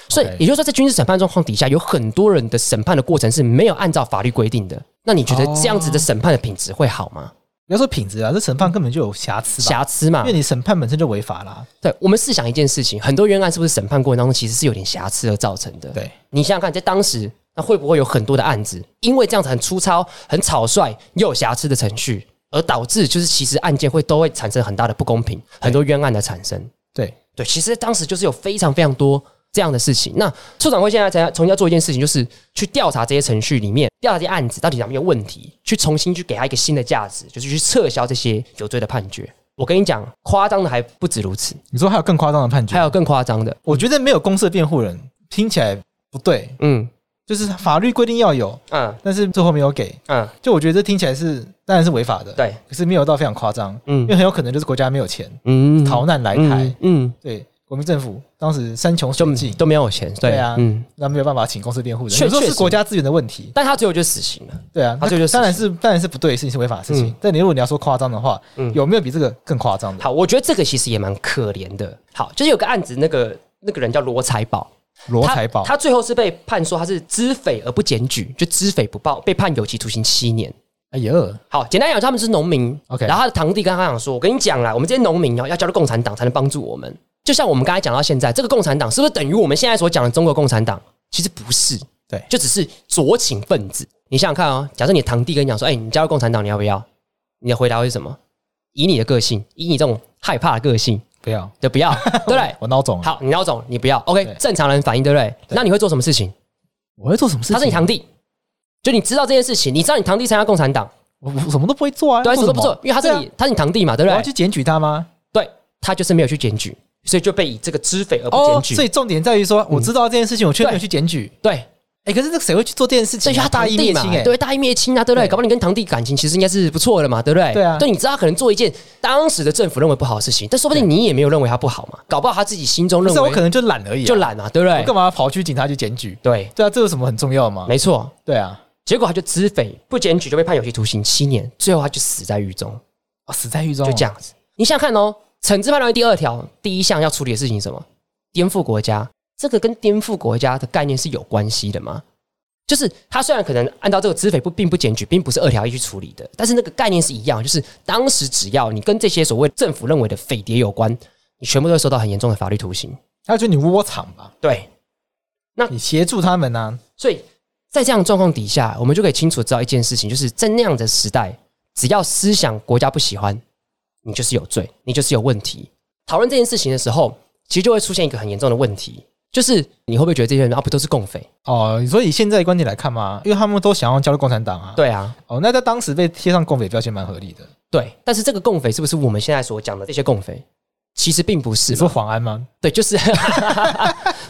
Speaker 1: 所以
Speaker 2: OK
Speaker 1: 也就是说，在军事审判状况底下，有很多人的审判的过程是没有按照法律规定的。那你觉得这样子的审判的品质会好吗？
Speaker 2: 不要说品质啊，这审判根本就有瑕疵哦吧？
Speaker 1: 嗯瑕疵嘛
Speaker 2: 因为？你审判本身就违法啦。
Speaker 1: 对，我们试想一件事情，很多冤案是不是审判过程当中其实是有点瑕疵而造成的？
Speaker 2: 对，
Speaker 1: 你想想看，在当时那会不会有很多的案子，因为这样子很粗糙、很草率又有瑕疵的程序，而导致就是其实案件会都会产生很大的不公平，很多冤案的产生。
Speaker 2: 对，
Speaker 1: 对，其实当时就是有非常非常多这样的事情。那处长会现在才重新要做一件事情，就是去调查这些程序里面，调查这些案子到底哪边有问题，去重新去给他一个新的价值，就是去撤销这些有罪的判决。我跟你讲，夸张的还不止如此，
Speaker 2: 你说还有更夸张的判决？
Speaker 1: 还有更夸张的。
Speaker 2: 我觉得没有公社辩护人听起来不对，
Speaker 1: 嗯
Speaker 2: 就是法律规定要有，
Speaker 1: 嗯
Speaker 2: 但是最后没有给。
Speaker 1: 嗯，
Speaker 2: 就我觉得这听起来是当然是违法的，，
Speaker 1: 对，
Speaker 2: 可是没有到非常夸张，因
Speaker 1: 嗯
Speaker 2: 为很有可能就是国家没有钱，
Speaker 1: 嗯
Speaker 2: 逃难来台，
Speaker 1: 嗯嗯，
Speaker 2: 对国民政府当时山穷水
Speaker 1: 就
Speaker 2: 尽，
Speaker 1: 都没有钱，对
Speaker 2: 对啊
Speaker 1: 嗯，
Speaker 2: 那没有办法请公社辩护人，
Speaker 1: 确
Speaker 2: 你说
Speaker 1: 确
Speaker 2: 是
Speaker 1: 实
Speaker 2: 国家资源的问题，
Speaker 1: 但他最后就是死刑了。
Speaker 2: 对啊，
Speaker 1: 他这就是
Speaker 2: 当然是当然是不对的事情，是违法的事情
Speaker 1: 嗯。
Speaker 2: 但你如果你要说夸张的话
Speaker 1: 嗯，
Speaker 2: 有没有比这个更夸张的？
Speaker 1: 好，我觉得这个其实也蛮可怜的。好，就是有个案子，那个那个人叫罗财宝，
Speaker 2: 罗财宝
Speaker 1: 他，他最后是被判说他是知匪而不检举，就知匪不报，被判有期徒刑七年。
Speaker 2: 哎呦，
Speaker 1: 好，简单讲，他们是农民。
Speaker 2: OK
Speaker 1: 然后他的堂弟跟他讲说：“我跟你讲啦，我们这些农民哦，要加入共产党才能帮助我们。就像我们刚才讲到现在，这个共产党是不是等于我们现在所讲的中国共产党？其实不是，
Speaker 2: 对
Speaker 1: 就只是左倾分子。你想想看哦，假设你堂弟跟你讲说：‘哎、你加入共产党，你要不要？’你的回答会是什么？以你的个性，以你这种害怕的个性，
Speaker 2: 不要，
Speaker 1: 就不 要，对不对？
Speaker 2: 我孬种了，
Speaker 1: 好，你老总，你不要。OK，
Speaker 2: 对
Speaker 1: 正常人反应对不对？那你会做什么事情？
Speaker 2: 我会做什么事情？
Speaker 1: 他
Speaker 2: 啊
Speaker 1: 是你堂弟，就你知道这件事情，你知道你堂弟参加共产党，
Speaker 2: 我我什么都不会做啊，
Speaker 1: 对，什
Speaker 2: 做
Speaker 1: 么都不做，因为他是你，
Speaker 2: 对啊
Speaker 1: 他是你堂弟嘛，对不
Speaker 2: 我要
Speaker 1: 对？
Speaker 2: 去检举他吗？
Speaker 1: 对，他就是没有去检举，所以就被以这个知匪而不检举。
Speaker 2: 哦所以重点在于说，我知道这件事情，我却没有
Speaker 1: 对
Speaker 2: 去检举。
Speaker 1: 对，
Speaker 2: 哎，可是这个谁会去做这件事
Speaker 1: 所
Speaker 2: 情
Speaker 1: 以
Speaker 2: 啊？
Speaker 1: 他
Speaker 2: 大
Speaker 1: 堂
Speaker 2: 义
Speaker 1: 弟
Speaker 2: 灭
Speaker 1: 嘛
Speaker 2: 亲，哎，
Speaker 1: 对，大义灭亲啊，对不对？
Speaker 2: 对
Speaker 1: 搞不好你跟堂弟感情其实应该是不错的嘛，对不对？
Speaker 2: 对啊
Speaker 1: 对，你知道他可能做一件当时的政府认为不好的事情，但说不定你也没有认为他不好嘛，搞不好他自己心中
Speaker 2: 不
Speaker 1: 认
Speaker 2: 是啊我可
Speaker 1: 为
Speaker 2: 能就懒而已啊，
Speaker 1: 就懒嘛，对不
Speaker 2: 我干
Speaker 1: 对？
Speaker 2: 嘛跑去警察局检举？
Speaker 1: 对，
Speaker 2: 对啊，这有什么很重要吗？
Speaker 1: 没错。
Speaker 2: 对啊，
Speaker 1: 结果他就知匪不检举就被判有期徒刑七年，最后他就死在狱中。
Speaker 2: 哦死在狱中，
Speaker 1: 就这，样子。你想想看哦，惩治叛乱第二条第一项要处理的事情是什么？颠覆国家，这个跟颠覆国家的概念是有关系的吗？就是他虽然可能按照这个资匪不并不检举，并不是二条一去处理的，但是那个概念是一样，就是当时只要你跟这些所谓政府认为的匪谍有关，你全部都会受到很严重的法律徒刑。
Speaker 2: 他觉得你窝藏吧，
Speaker 1: 对，
Speaker 2: 你协助他们啊呐，
Speaker 1: 所以在这样的状况底下，我们就可以清楚知道一件事情，就是在那样的时代，只要思想国家不喜欢，你就是有罪，你就是有问题。讨论这件事情的时候，其实就会出现一个很严重的问题，就是你会不会觉得这些人啊不都是共匪？
Speaker 2: 哦，所以以现在的观点来看嘛，因为他们都想要加入共产党啊。，
Speaker 1: 对啊，
Speaker 2: 哦，那在当时被贴上共匪标签蛮合理的。
Speaker 1: 对。但是这个共匪是不是我们现在所讲的这些共匪？其实并不是
Speaker 2: 你
Speaker 1: 嘛，
Speaker 2: 说黄安吗？
Speaker 1: 对，就是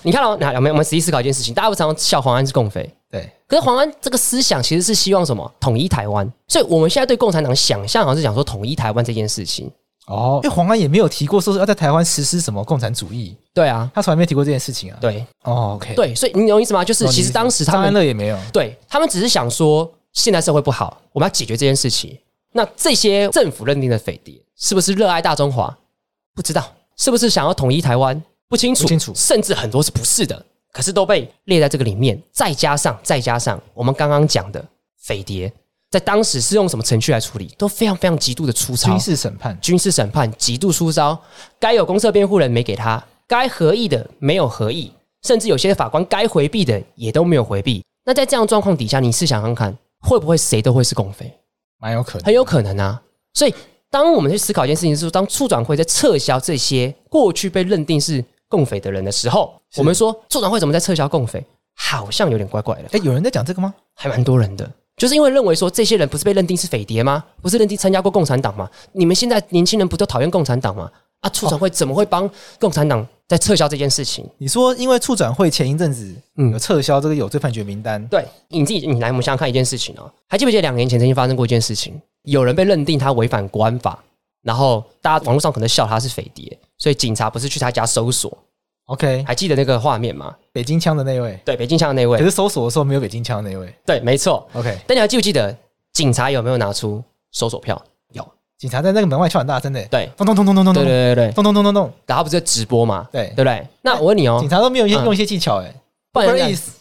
Speaker 1: 你看哦，那我们我们实际思考一件事情，大家不常常笑黄安是共匪，
Speaker 2: 对，
Speaker 1: 可是黄安这个思想其实是希望什么统一台湾，所以我们现在对共产党想象好像是讲说统一台湾这件事情。
Speaker 2: 哦，因为黄安也没有提过说是要在台湾实施什么共产主义，
Speaker 1: 对啊，
Speaker 2: 他从来没有提过这件事情啊。
Speaker 1: 对
Speaker 2: 哦，OK，，
Speaker 1: 对，所以你懂意思吗？就是
Speaker 2: 哦
Speaker 1: 其实当时他
Speaker 2: 张安
Speaker 1: 们
Speaker 2: 乐也没有，
Speaker 1: 对他们只是想说，现在社会不好，我们要解决这件事情。那这些政府认定的匪谍，是不是热爱大中华？不知道，是不是想要统一台湾？不清楚，
Speaker 2: 不清楚
Speaker 1: 甚至很多是不是的，可是都被列在这个里面。再加上，再加上我们刚刚讲的匪谍，在当时是用什么程序来处理，都非常非常极度的粗糙
Speaker 2: 军。事审判，
Speaker 1: 军事审判极度疏招，该有公社辩护人没给他，该合议的没有合议，甚至有些法官该回避的也都没有回避。那在这样的状况底下，你试想想看，会不会谁都会是共匪？
Speaker 2: 蛮有可能。
Speaker 1: 很有可能啊。所以，当我们去思考一件事情，就是当促转会在撤销这些过去被认定是共匪的人的时候，
Speaker 2: 是
Speaker 1: 我们说促转会怎么在撤销共匪，好像有点怪怪的。
Speaker 2: 哎，有人在讲这个吗？
Speaker 1: 还蛮多人的，就是因为认为说这些人不是被认定是匪谍吗？不是认定参加过共产党吗？你们现在年轻人不都讨厌共产党吗？啊，促转会怎么会帮共产党在撤销这件事情？
Speaker 2: 你说因为促转会前一阵子
Speaker 1: 嗯
Speaker 2: 有撤销这个有罪判决名单，
Speaker 1: 对你自己，你来我们想想看一件事情哦，还记不记得两年前曾经发生过一件事情，有人被认定他违反国安法，然后大家网络上可能笑他是匪谍，所以警察不是去他家搜索，
Speaker 2: OK，
Speaker 1: 还记得那个画面吗？
Speaker 2: 北京腔的那位，
Speaker 1: 对，北京巷那
Speaker 2: 可
Speaker 1: 位，
Speaker 2: 是搜索的时候没有北京腔的那位。
Speaker 1: 对，没错。
Speaker 2: OK，
Speaker 1: 但你还记不记得警察有没有拿出搜索票？有，
Speaker 2: 警察在那个门外叫很大声的，
Speaker 1: 对，
Speaker 2: 咚咚咚咚咚咚
Speaker 1: 对
Speaker 2: 咚
Speaker 1: 对对对。
Speaker 2: 咚咚咚咚咚，
Speaker 1: 然后不是直播嘛，
Speaker 2: 对哎
Speaker 1: 对不对？那我问你哦
Speaker 2: 警，察都没有一些
Speaker 1: 嗯
Speaker 2: 用一些技巧哎，
Speaker 1: 不
Speaker 2: 不
Speaker 1: 然
Speaker 2: 好
Speaker 1: 人
Speaker 2: 意
Speaker 1: 家
Speaker 2: 思，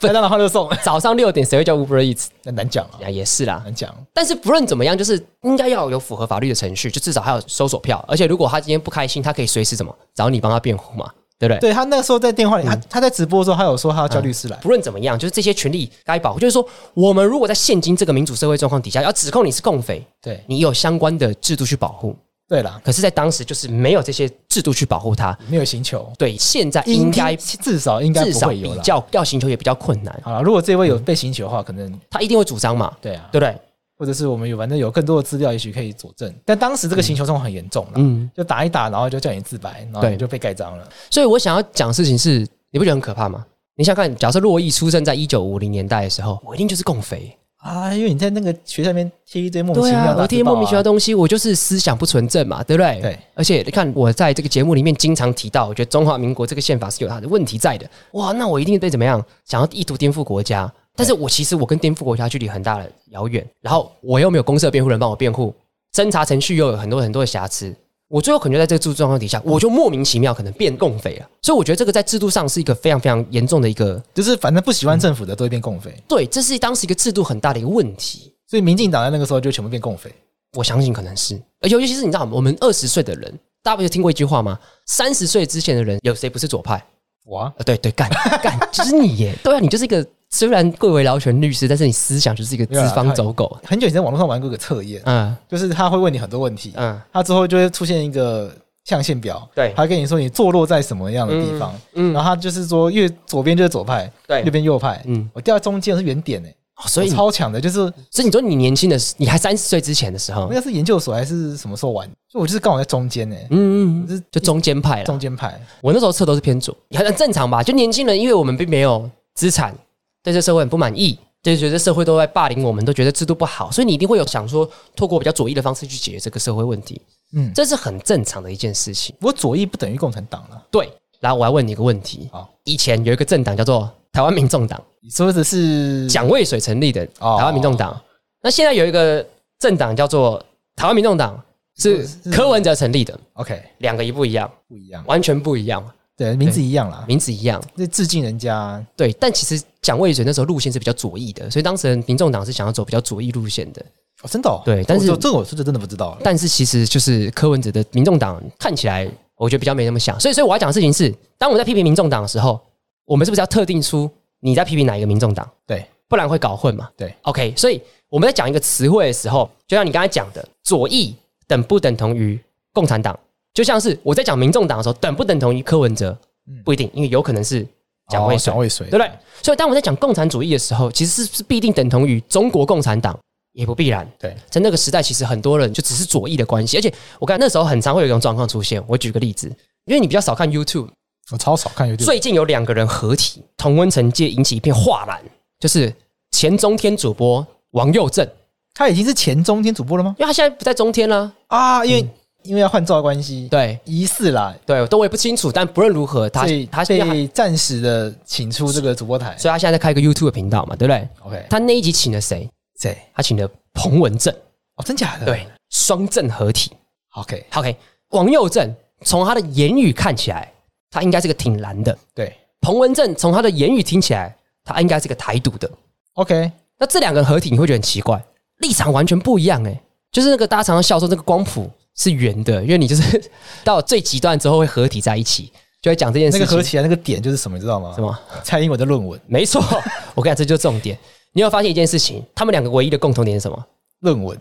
Speaker 2: 麦当劳话就送，
Speaker 1: 早上六点谁会叫 Uber Eats
Speaker 2: 那难讲啊，
Speaker 1: 啊？也是啦。
Speaker 2: 难讲。
Speaker 1: 但是不论怎么样，就是应该要有符合法律的程序，就至少还有搜索票。而且如果他今天不开心，他可以随时怎么找你帮他辩护嘛，对不对？
Speaker 2: 对他那个时候在电话里，他他在直播的时候，他有说他要叫律师来，
Speaker 1: 不论怎么样，就是这些权利该保护。就是说，我们如果在现今这个民主社会状况底下，要指控你是共匪，
Speaker 2: 对
Speaker 1: 你有相关的制度去保护。
Speaker 2: 对啦，
Speaker 1: 可是，在当时就是没有这些制度去保护他。
Speaker 2: 没有刑求，
Speaker 1: 对，现在应该
Speaker 2: 至少应该
Speaker 1: 至
Speaker 2: 不
Speaker 1: 少
Speaker 2: 会
Speaker 1: 比
Speaker 2: 有啦。
Speaker 1: 较要寻求也比较困难，
Speaker 2: 好了，如果这位有被刑求的话，可能
Speaker 1: 他一定会主张嘛，
Speaker 2: 对啊，
Speaker 1: 对不对？
Speaker 2: 或者是我们有反正有更多的资料，也许可以佐证。但当时这个刑求状况很严重了，
Speaker 1: 嗯，
Speaker 2: 就打一打，然后就叫你自白，然后
Speaker 1: 对
Speaker 2: 你就被盖章了。
Speaker 1: 所以我想要讲的事情是，你不觉得很可怕吗？你想想看，假设洛伊出生在一九五零年代的时候，我一定就是共匪。
Speaker 2: 啊，因为你在那个学校里面贴一堆莫名其
Speaker 1: 对
Speaker 2: 妙的、
Speaker 1: 啊，我贴莫名其妙的。东西，我就是思想不纯正嘛，对不对？
Speaker 2: 对。
Speaker 1: 而且你看，我在这个节目里面经常提到，我觉得中华民国这个宪法是有它的问题在的。哇，那我一定被怎么样？想要意图颠覆国家，但是我其实我跟颠覆国家距离很大的遥远，然后我又没有公社辩护人帮我辩护，侦查程序又有很多很多的瑕疵。我最后可能就在这个状况底下，我就莫名其妙可能变共匪了，所以我觉得这个在制度上是一个非常非常严重的一个
Speaker 2: 就是反正不喜欢政府的都会变共匪，
Speaker 1: 对，这是当时一个制度很大的一个问题。
Speaker 2: 所以民进党在那个时候就全部变共匪。
Speaker 1: 我相信可能是，而尤其是你知道，我们二十岁的人，大家不就听过一句话吗？三十岁之前的人，有谁不是左派？
Speaker 2: 哇，
Speaker 1: 呃，对对，干干就是你耶！对啊，你就是一个虽然贵为劳权律师，但是你思想就是一个
Speaker 2: 没有啦
Speaker 1: 资方走狗。
Speaker 2: 很久以前网络上玩过一个测验，
Speaker 1: 嗯
Speaker 2: 就是他会问你很多问题，
Speaker 1: 嗯
Speaker 2: 他之后就会出现一个象限表，
Speaker 1: 对
Speaker 2: 他会跟你说你坐落在什么样的地方，
Speaker 1: 嗯
Speaker 2: 然，后他就是说越左边就是左派，
Speaker 1: 对
Speaker 2: 右边右派，
Speaker 1: 嗯
Speaker 2: 我掉在中间是原点哎、
Speaker 1: 哦所以
Speaker 2: 我
Speaker 1: 你
Speaker 2: 超强的，就是
Speaker 1: 所以你说你年轻的时，你还三十岁之前的时候
Speaker 2: 那，个是研究所还是什么时候玩？就我就是刚好在中间哎、
Speaker 1: 嗯，嗯
Speaker 2: 我是
Speaker 1: 嗯就中间派了
Speaker 2: 中。间派，
Speaker 1: 我那时候测都是偏左，很很正常吧？就年轻人，因为我们并没有资产，对这社会很不满意，就是觉得社会都在霸凌我们，都觉得制度不好，所以你一定会有想说，透过比较左翼的方式去解决这个社会问题，
Speaker 2: 嗯，
Speaker 1: 这是很正常的一件事情。
Speaker 2: 不过左翼不等于共产党啊了，
Speaker 1: 对，然后我要问你一个问题
Speaker 2: 好：
Speaker 1: 以前有一个政党叫做台湾民众党，
Speaker 2: 你说的是
Speaker 1: 蒋渭水成立的
Speaker 2: 哦
Speaker 1: 台湾民众党，那现在有一个政党叫做台湾民众党，是
Speaker 2: 是
Speaker 1: 柯文哲成立的，
Speaker 2: OK
Speaker 1: 两个一不一样，
Speaker 2: 不一样，
Speaker 1: 完全不一样，
Speaker 2: 对，名字一样啦，
Speaker 1: 名字一样。
Speaker 2: 那致敬人家，
Speaker 1: 对，但其实蒋渭水那时候路线是比较左翼的，所以当时民众党是想要走比较左翼路线的。
Speaker 2: 哦，真的、哦，
Speaker 1: 对但是
Speaker 2: 我这这我是真的不知道了，
Speaker 1: 但是其实就是柯文哲的民众党看起来，我觉得比较没那么想。所以，所以我要讲的事情是，当我们在批评民众党的时候，我们是不是要特定出你在批评哪一个民众党？
Speaker 2: 对，
Speaker 1: 不然会搞混嘛。
Speaker 2: 对
Speaker 1: ，OK，所以我们在讲一个词汇的时候，就像你刚才讲的，左翼等不等同于共产党，就像是我在讲民众党的时候，等不等同于柯文哲
Speaker 2: 嗯，
Speaker 1: 不一定，因为有可能是蒋渭
Speaker 2: 哦
Speaker 1: 水
Speaker 2: 蒋。渭水，
Speaker 1: 对不对？所以当我在讲共产主义的时候，其实是是必定等同于中国共产党，也不必然。
Speaker 2: 对，
Speaker 1: 在那个时代，其实很多人就只是左翼的关系，而且我看那时候很常会有一种状况出现。我举个例子，因为你比较少看 YouTube，
Speaker 2: 我超少看 YouTube，
Speaker 1: 最近有两个人合体，同温层界引起一片哗然，就是前中天主播王佑正，
Speaker 2: 他已经是前中天主播了吗？
Speaker 1: 因为他现在不在中天啦、
Speaker 2: 啊，因为、
Speaker 1: 嗯
Speaker 2: 因为要换照的关系，
Speaker 1: 对
Speaker 2: 疑似啦，
Speaker 1: 对，都我也不清楚，但不论如何，他
Speaker 2: 所以
Speaker 1: 他现在
Speaker 2: 被暂时的请出这个主播台。
Speaker 1: 所以他现在在开一个 YouTube 频道嘛，对不对？
Speaker 2: OK，
Speaker 1: 他那一集请了谁？
Speaker 2: 谁？
Speaker 1: 他请了彭文正，
Speaker 2: 哦，真假的？
Speaker 1: 对，双正合体。
Speaker 2: ，OK，
Speaker 1: OK，王佑正从他的言语看起来，他应该是个挺蓝的；
Speaker 2: 对
Speaker 1: 彭文正从他的言语听起来，他应该是个台独的。
Speaker 2: ，OK，
Speaker 1: 那这两个人合体，你会觉得很奇怪，立场完全不一样哎、就是那个大家常常笑说那个光谱是圆的，因为你就是到最极端之后会合体在一起，就会讲这件
Speaker 2: 那
Speaker 1: 事
Speaker 2: 个
Speaker 1: 情。
Speaker 2: 合起来那个点就是什么，你知道吗
Speaker 1: 什？么？
Speaker 2: 蔡英文的论文，
Speaker 1: 没错， 我跟你讲，这就是重点。你有发现一件事情，他们两个唯一的共同点是什么？
Speaker 2: 论文，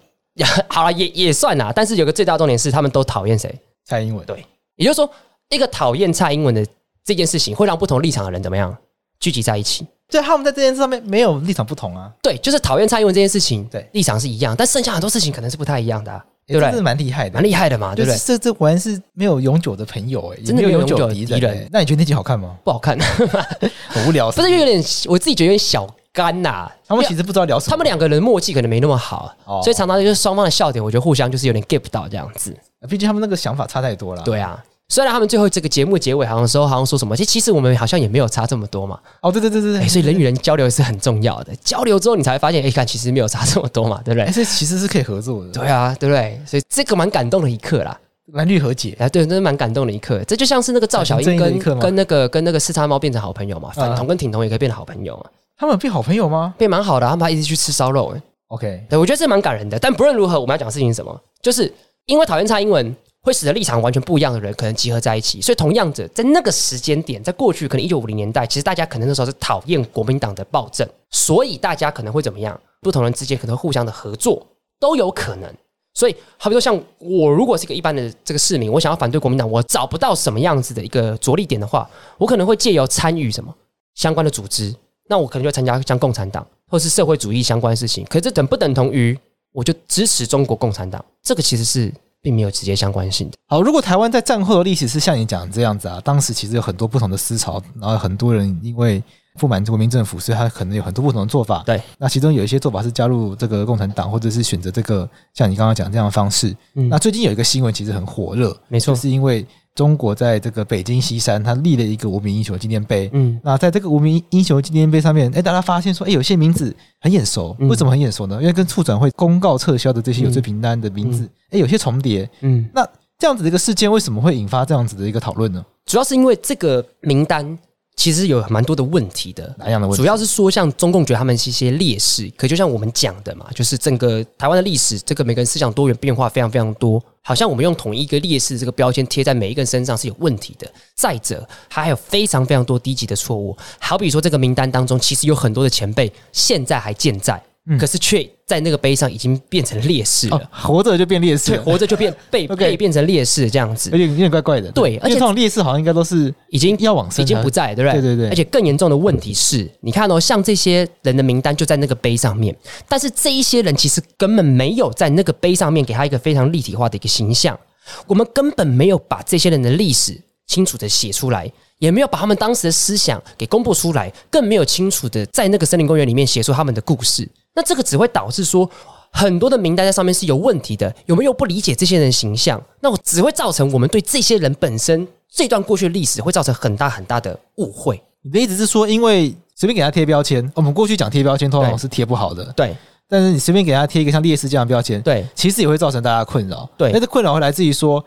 Speaker 1: 好了，也也算啦，但是有个最大重点是，他们都讨厌谁？
Speaker 2: 蔡英文，
Speaker 1: 对也就是说，一个讨厌蔡英文的这件事情，会让不同立场的人怎么样聚集在一起？
Speaker 2: 对，他们在这件事上面没有立场不同啊，
Speaker 1: 对，就是讨厌蔡英文这件事情，
Speaker 2: 对
Speaker 1: 立场是一样，但剩下很多事情可能是不太一样的啊、
Speaker 2: 欸
Speaker 1: 对不
Speaker 2: 真是
Speaker 1: 对？
Speaker 2: 蛮厉害的
Speaker 1: 蛮。厉害的嘛，对
Speaker 2: 就
Speaker 1: 不对？
Speaker 2: 是这这果然是没有永久的朋友哎、欸，也
Speaker 1: 真的
Speaker 2: 没
Speaker 1: 没有
Speaker 2: 永久
Speaker 1: 永久
Speaker 2: 的敌
Speaker 1: 敌
Speaker 2: 人,、
Speaker 1: 人
Speaker 2: 欸。那你觉得那集好看吗？
Speaker 1: 不好看，
Speaker 2: 很无聊，
Speaker 1: 不是因为有点，我自己觉得有点小干呐、
Speaker 2: 他们
Speaker 1: 因为
Speaker 2: 其实不知道聊什么，
Speaker 1: 他们两个人默契可能没那么好，
Speaker 2: 哦
Speaker 1: 所以常常就是双方的笑点，我觉得互相就是有点 get 不到这样子。
Speaker 2: 毕竟他们那个想法差太多了。
Speaker 1: 对啊，虽然他们最后这个节目结尾好像说好像说什么，其实其实我们好像也没有差这么多嘛。
Speaker 2: 哦，对对对对对，
Speaker 1: 哎、所以人与人交流是很重要的。交流之后，你才会发现，哎、看其实没有差这么多嘛，对不
Speaker 2: 哎，
Speaker 1: 对？
Speaker 2: 这其实是可以合作的，
Speaker 1: 对啊，对不对？所以这个蛮感动的一刻啦，
Speaker 2: 蓝绿和解。
Speaker 1: 哎，对，真的蛮感动的一刻。这就像是那个赵小
Speaker 2: 正
Speaker 1: 英
Speaker 2: 义的一
Speaker 1: 跟
Speaker 2: 刻吗
Speaker 1: 跟那个跟那个四叉猫变成好朋友嘛，反
Speaker 2: 嗯
Speaker 1: 同跟挺同也可以变成好朋友嘛，
Speaker 2: 他们有变好朋友吗
Speaker 1: 变蛮好的啊。他们还一直去吃烧肉、哎，
Speaker 2: ？OK，
Speaker 1: 对我觉得这蛮感人的。但不论如何，我们要讲的事情是什么？就是因为讨厌蔡英文，会使得立场完全不一样的人可能集合在一起。所以同样的，在那个时间点，在过去可能一九五零年代，其实大家可能那时候是讨厌国民党的暴政，所以大家可能会怎么样？不同人之间可能会互相的合作，都有可能。所以，好比说，像我如果是一个一般的这个市民，我想要反对国民党，我找不到什么样子的一个着力点的话，我可能会借由参与什么相关的组织，那我可能就参加像共产党或是社会主义相关的事情。可是这等不等同于我就支持中国共产党？这个其实是并没有直接相关性的。
Speaker 2: 好，如果台湾在战后的历史是像你讲的这样子啊，当时其实有很多不同的思潮，然后很多人因为不满国民政府，所以他可能有很多不同的做法。
Speaker 1: 对，
Speaker 2: 那其中有一些做法是加入这个共产党，或者是选择这个像你刚刚讲这样的方式。
Speaker 1: 嗯
Speaker 2: 那最近有一个新闻其实很火热，
Speaker 1: 没错
Speaker 2: 就是因为中国在这个北京西山，它立了一个无名英雄纪念碑。
Speaker 1: 嗯，
Speaker 2: 那在这个无名英雄纪念碑上面，哎，大家发现说，哎，有些名字很眼熟，
Speaker 1: 嗯
Speaker 2: 为什么很眼熟呢？因为跟促转会公告撤销的这些有罪名单的名字，哎，有些重叠。
Speaker 1: 嗯，
Speaker 2: 那这样子的一个事件，为什么会引发这样子的一个讨论呢？
Speaker 1: 主要是因为这个名单其实有蛮多的问题的。
Speaker 2: 哪样的问题？
Speaker 1: 主要是说，像中共觉得他们是一些劣势，可就像我们讲的嘛，就是整个台湾的历史，这个每个人思想多元变化非常非常多，好像我们用统一一个劣势这个标签贴在每一个人身上是有问题的。再者，它还有非常非常多低级的错误，好比说这个名单当中，其实有很多的前辈现在还健在，
Speaker 2: 嗯
Speaker 1: 可是却在那个碑上已经变成劣势了，
Speaker 2: 哦，活着就变烈
Speaker 1: 嗯
Speaker 2: 士
Speaker 1: 对，
Speaker 2: 了，
Speaker 1: 活着就变被
Speaker 2: OK
Speaker 1: 被变成烈士这样子
Speaker 2: 有，点有点怪怪的。
Speaker 1: 对
Speaker 2: 因
Speaker 1: 而
Speaker 2: 为
Speaker 1: 且
Speaker 2: 这种烈士好像应该都是
Speaker 1: 已经
Speaker 2: 要往生
Speaker 1: 已经
Speaker 2: 才
Speaker 1: 不在，对不对？
Speaker 2: 对对对
Speaker 1: 而且更严重的问题是，你看哦，像这些人的名单就在那个碑上面，但是这一些人其实根本没有在那个碑上面给他一个非常立体化的一个形象，我们根本没有把这些人的历史清楚的写出来。也没有把他们当时的思想给公布出来，更没有清楚的在那个森林公园里面写出他们的故事。那这个只会导致说，很多的名单在上面是有问题的，有没有不理解这些人的形象？那我只会造成我们对这些人本身这段过去的历史会造成很大很大的误会。
Speaker 2: 你的意思是说，因为随便给他贴标签，哦我们过去讲贴标签通常
Speaker 1: 对
Speaker 2: 是贴不好的，
Speaker 1: 对
Speaker 2: 但是你随便给他贴一个像烈士这样的标签，
Speaker 1: 对，
Speaker 2: 其实也会造成大家困扰。
Speaker 1: 对
Speaker 2: 那这困扰会来自于说，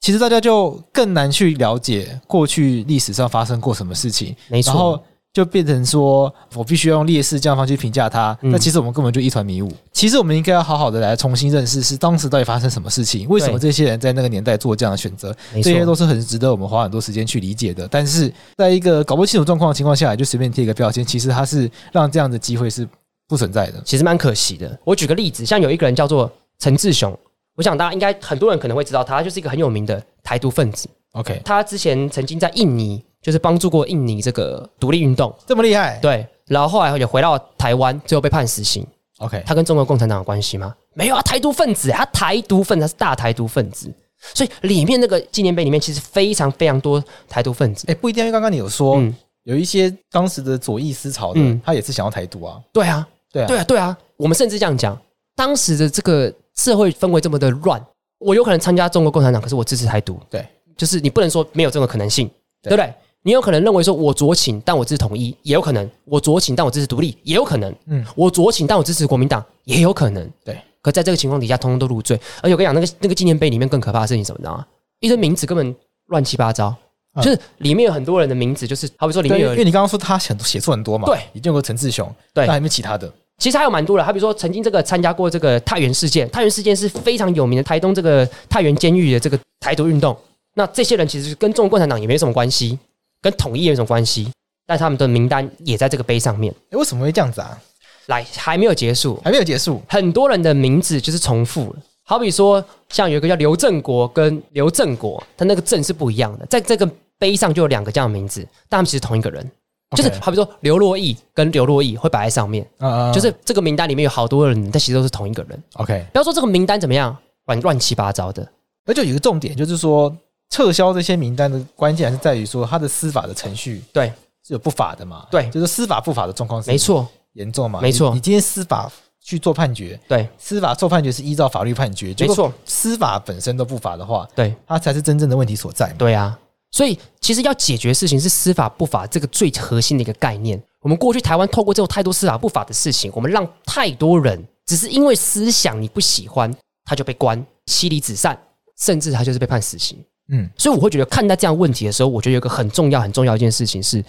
Speaker 2: 其实大家就更难去了解过去历史上发生过什么事情，
Speaker 1: 没
Speaker 2: 然后
Speaker 1: 错。
Speaker 2: 就变成说我必须要用烈士这样的方式去评价他，
Speaker 1: 嗯
Speaker 2: 那、其实我们根本就一团迷雾。其实我们应该要好好的来重新认识，是当时到底发生什么事情，为什么这些人在那个年代做这样的选择，
Speaker 1: 没
Speaker 2: 这些
Speaker 1: 错
Speaker 2: 都是很值得我们花很多时间去理解的。但是在一个搞不清楚状况的情况下，就随便贴一个标签，其实它是让这样的机会是不存在的。
Speaker 1: 其实蛮可惜的。我举个例子，像有一个人叫做陈志雄，我想大家应该很多人可能会知道他，他就是一个很有名的台独分子。
Speaker 2: OK，
Speaker 1: 他之前曾经在印尼就是帮助过印尼这个独立运动，
Speaker 2: 这么厉害。
Speaker 1: 对，然后后来也回到台湾，最后被判死刑。
Speaker 2: OK，
Speaker 1: 他跟中国共产党有关系吗？没有啊，台独分子，他台独分子他是大台独分子。所以里面那个纪念碑里面其实非常非常多台独分子。
Speaker 2: 哎、不一定，因为刚刚你有说、
Speaker 1: 嗯，
Speaker 2: 有一些当时的左翼思潮的，
Speaker 1: 嗯
Speaker 2: 他也是想要台独啊，
Speaker 1: 对啊，
Speaker 2: 对啊，
Speaker 1: 对啊，对啊，我们甚至这样讲，当时的这个社会氛围这么的乱，我有可能参加中国共产党，可是我支持台独。
Speaker 2: 对，
Speaker 1: 就是你不能说没有这种可能性，
Speaker 2: 对
Speaker 1: 对不对？你有可能认为说我左倾，但我支持统一，也有可能；我左倾，但我支持独立，也有可能；
Speaker 2: 嗯
Speaker 1: 我左倾，但我支持国民党，也有可能。
Speaker 2: 对，
Speaker 1: 可在这个情况底下，通通都入罪。而且我跟你讲，那个那个纪念碑里面更可怕的事情，什么你知道吗？啊一堆名字根本乱七八糟，
Speaker 2: 嗯
Speaker 1: 就是里面有很多人的名字，就是好比说里
Speaker 2: 对
Speaker 1: 面
Speaker 2: 因为
Speaker 1: 有
Speaker 2: 因为你刚刚说他很多写作很多嘛，
Speaker 1: 对，
Speaker 2: 一定有个陈志雄，
Speaker 1: 对
Speaker 2: 那还有没有其他的？
Speaker 1: 其实还有蛮多的，他比如说曾经这个参加过这个太原事件，太原事件是非常有名的台东这个太原监狱的这个台独运动。那这些人其实跟中国共产党也没什么关系，跟统一也没什么关系，但他们的名单也在这个碑上面。
Speaker 2: 哎、为什么会这样子啊？
Speaker 1: 来，还没有结束，
Speaker 2: 还没有结束，
Speaker 1: 很多人的名字就是重复了。好比说，像有一个叫刘正国跟刘正国，他那个正是不一样的，在这个碑上就有两个这样的名字，但他们其实同一个人。就是
Speaker 2: OK
Speaker 1: 好比说刘若毅跟刘若毅会摆在上面，
Speaker 2: 啊
Speaker 1: 就是这个名单里面有好多人，但其实都是同一个人。
Speaker 2: OK，
Speaker 1: 不要说这个名单怎么样，乱乱七八糟的。
Speaker 2: 而且有一个重点就是说，撤销这些名单的关键还是在于说他的司法的程序
Speaker 1: 对
Speaker 2: 是有不法的嘛，
Speaker 1: 对
Speaker 2: 就是司法不法的状况是
Speaker 1: 没错，
Speaker 2: 严重嘛，
Speaker 1: 没错
Speaker 2: 你你今天司法去做判决，
Speaker 1: 对
Speaker 2: 司法做判决是依照法律判决，
Speaker 1: 没错
Speaker 2: 结果司法本身都不法的话，
Speaker 1: 对
Speaker 2: 它才是真正的问题所在嘛。
Speaker 1: 对啊。所以其实要解决事情是司法不法这个最核心的一个概念。我们过去台湾透过这种太多司法不法的事情，我们让太多人只是因为思想你不喜欢，他就被关、妻离子散，甚至他就是被判死刑。
Speaker 2: 嗯，
Speaker 1: 所以我会觉得看待这样的问题的时候，我觉得有一个很重要、很重要一件事情是，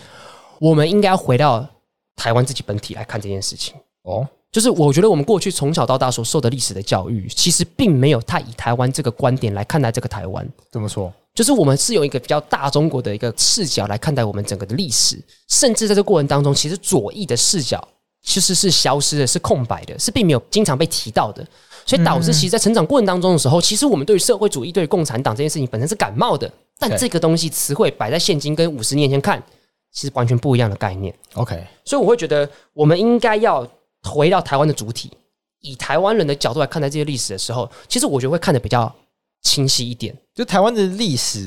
Speaker 1: 我们应该要回到台湾自己本体来看这件事情。
Speaker 2: 哦，
Speaker 1: 就是我觉得我们过去从小到大所受的历史的教育，其实并没有太以台湾这个观点来看待这个台湾。
Speaker 2: 这么说？
Speaker 1: 就是我们是用一个比较大中国的一个视角来看待我们整个的历史，甚至在这过程当中，其实左翼的视角其实是消失的，是空白的，是并没有经常被提到的。所以导致其实，在成长过程当中的时候，其实我们对于社会主义、对于共产党这件事情本身是感冒的，但
Speaker 2: 对
Speaker 1: 这个东西词汇摆在现今跟五十年前看，其实完全不一样的概念。
Speaker 2: OK，
Speaker 1: 所以我会觉得，我们应该要回到台湾的主体，以台湾人的角度来看待这些历史的时候，其实我觉得会看得比较清晰一点。
Speaker 2: 就台湾的历史，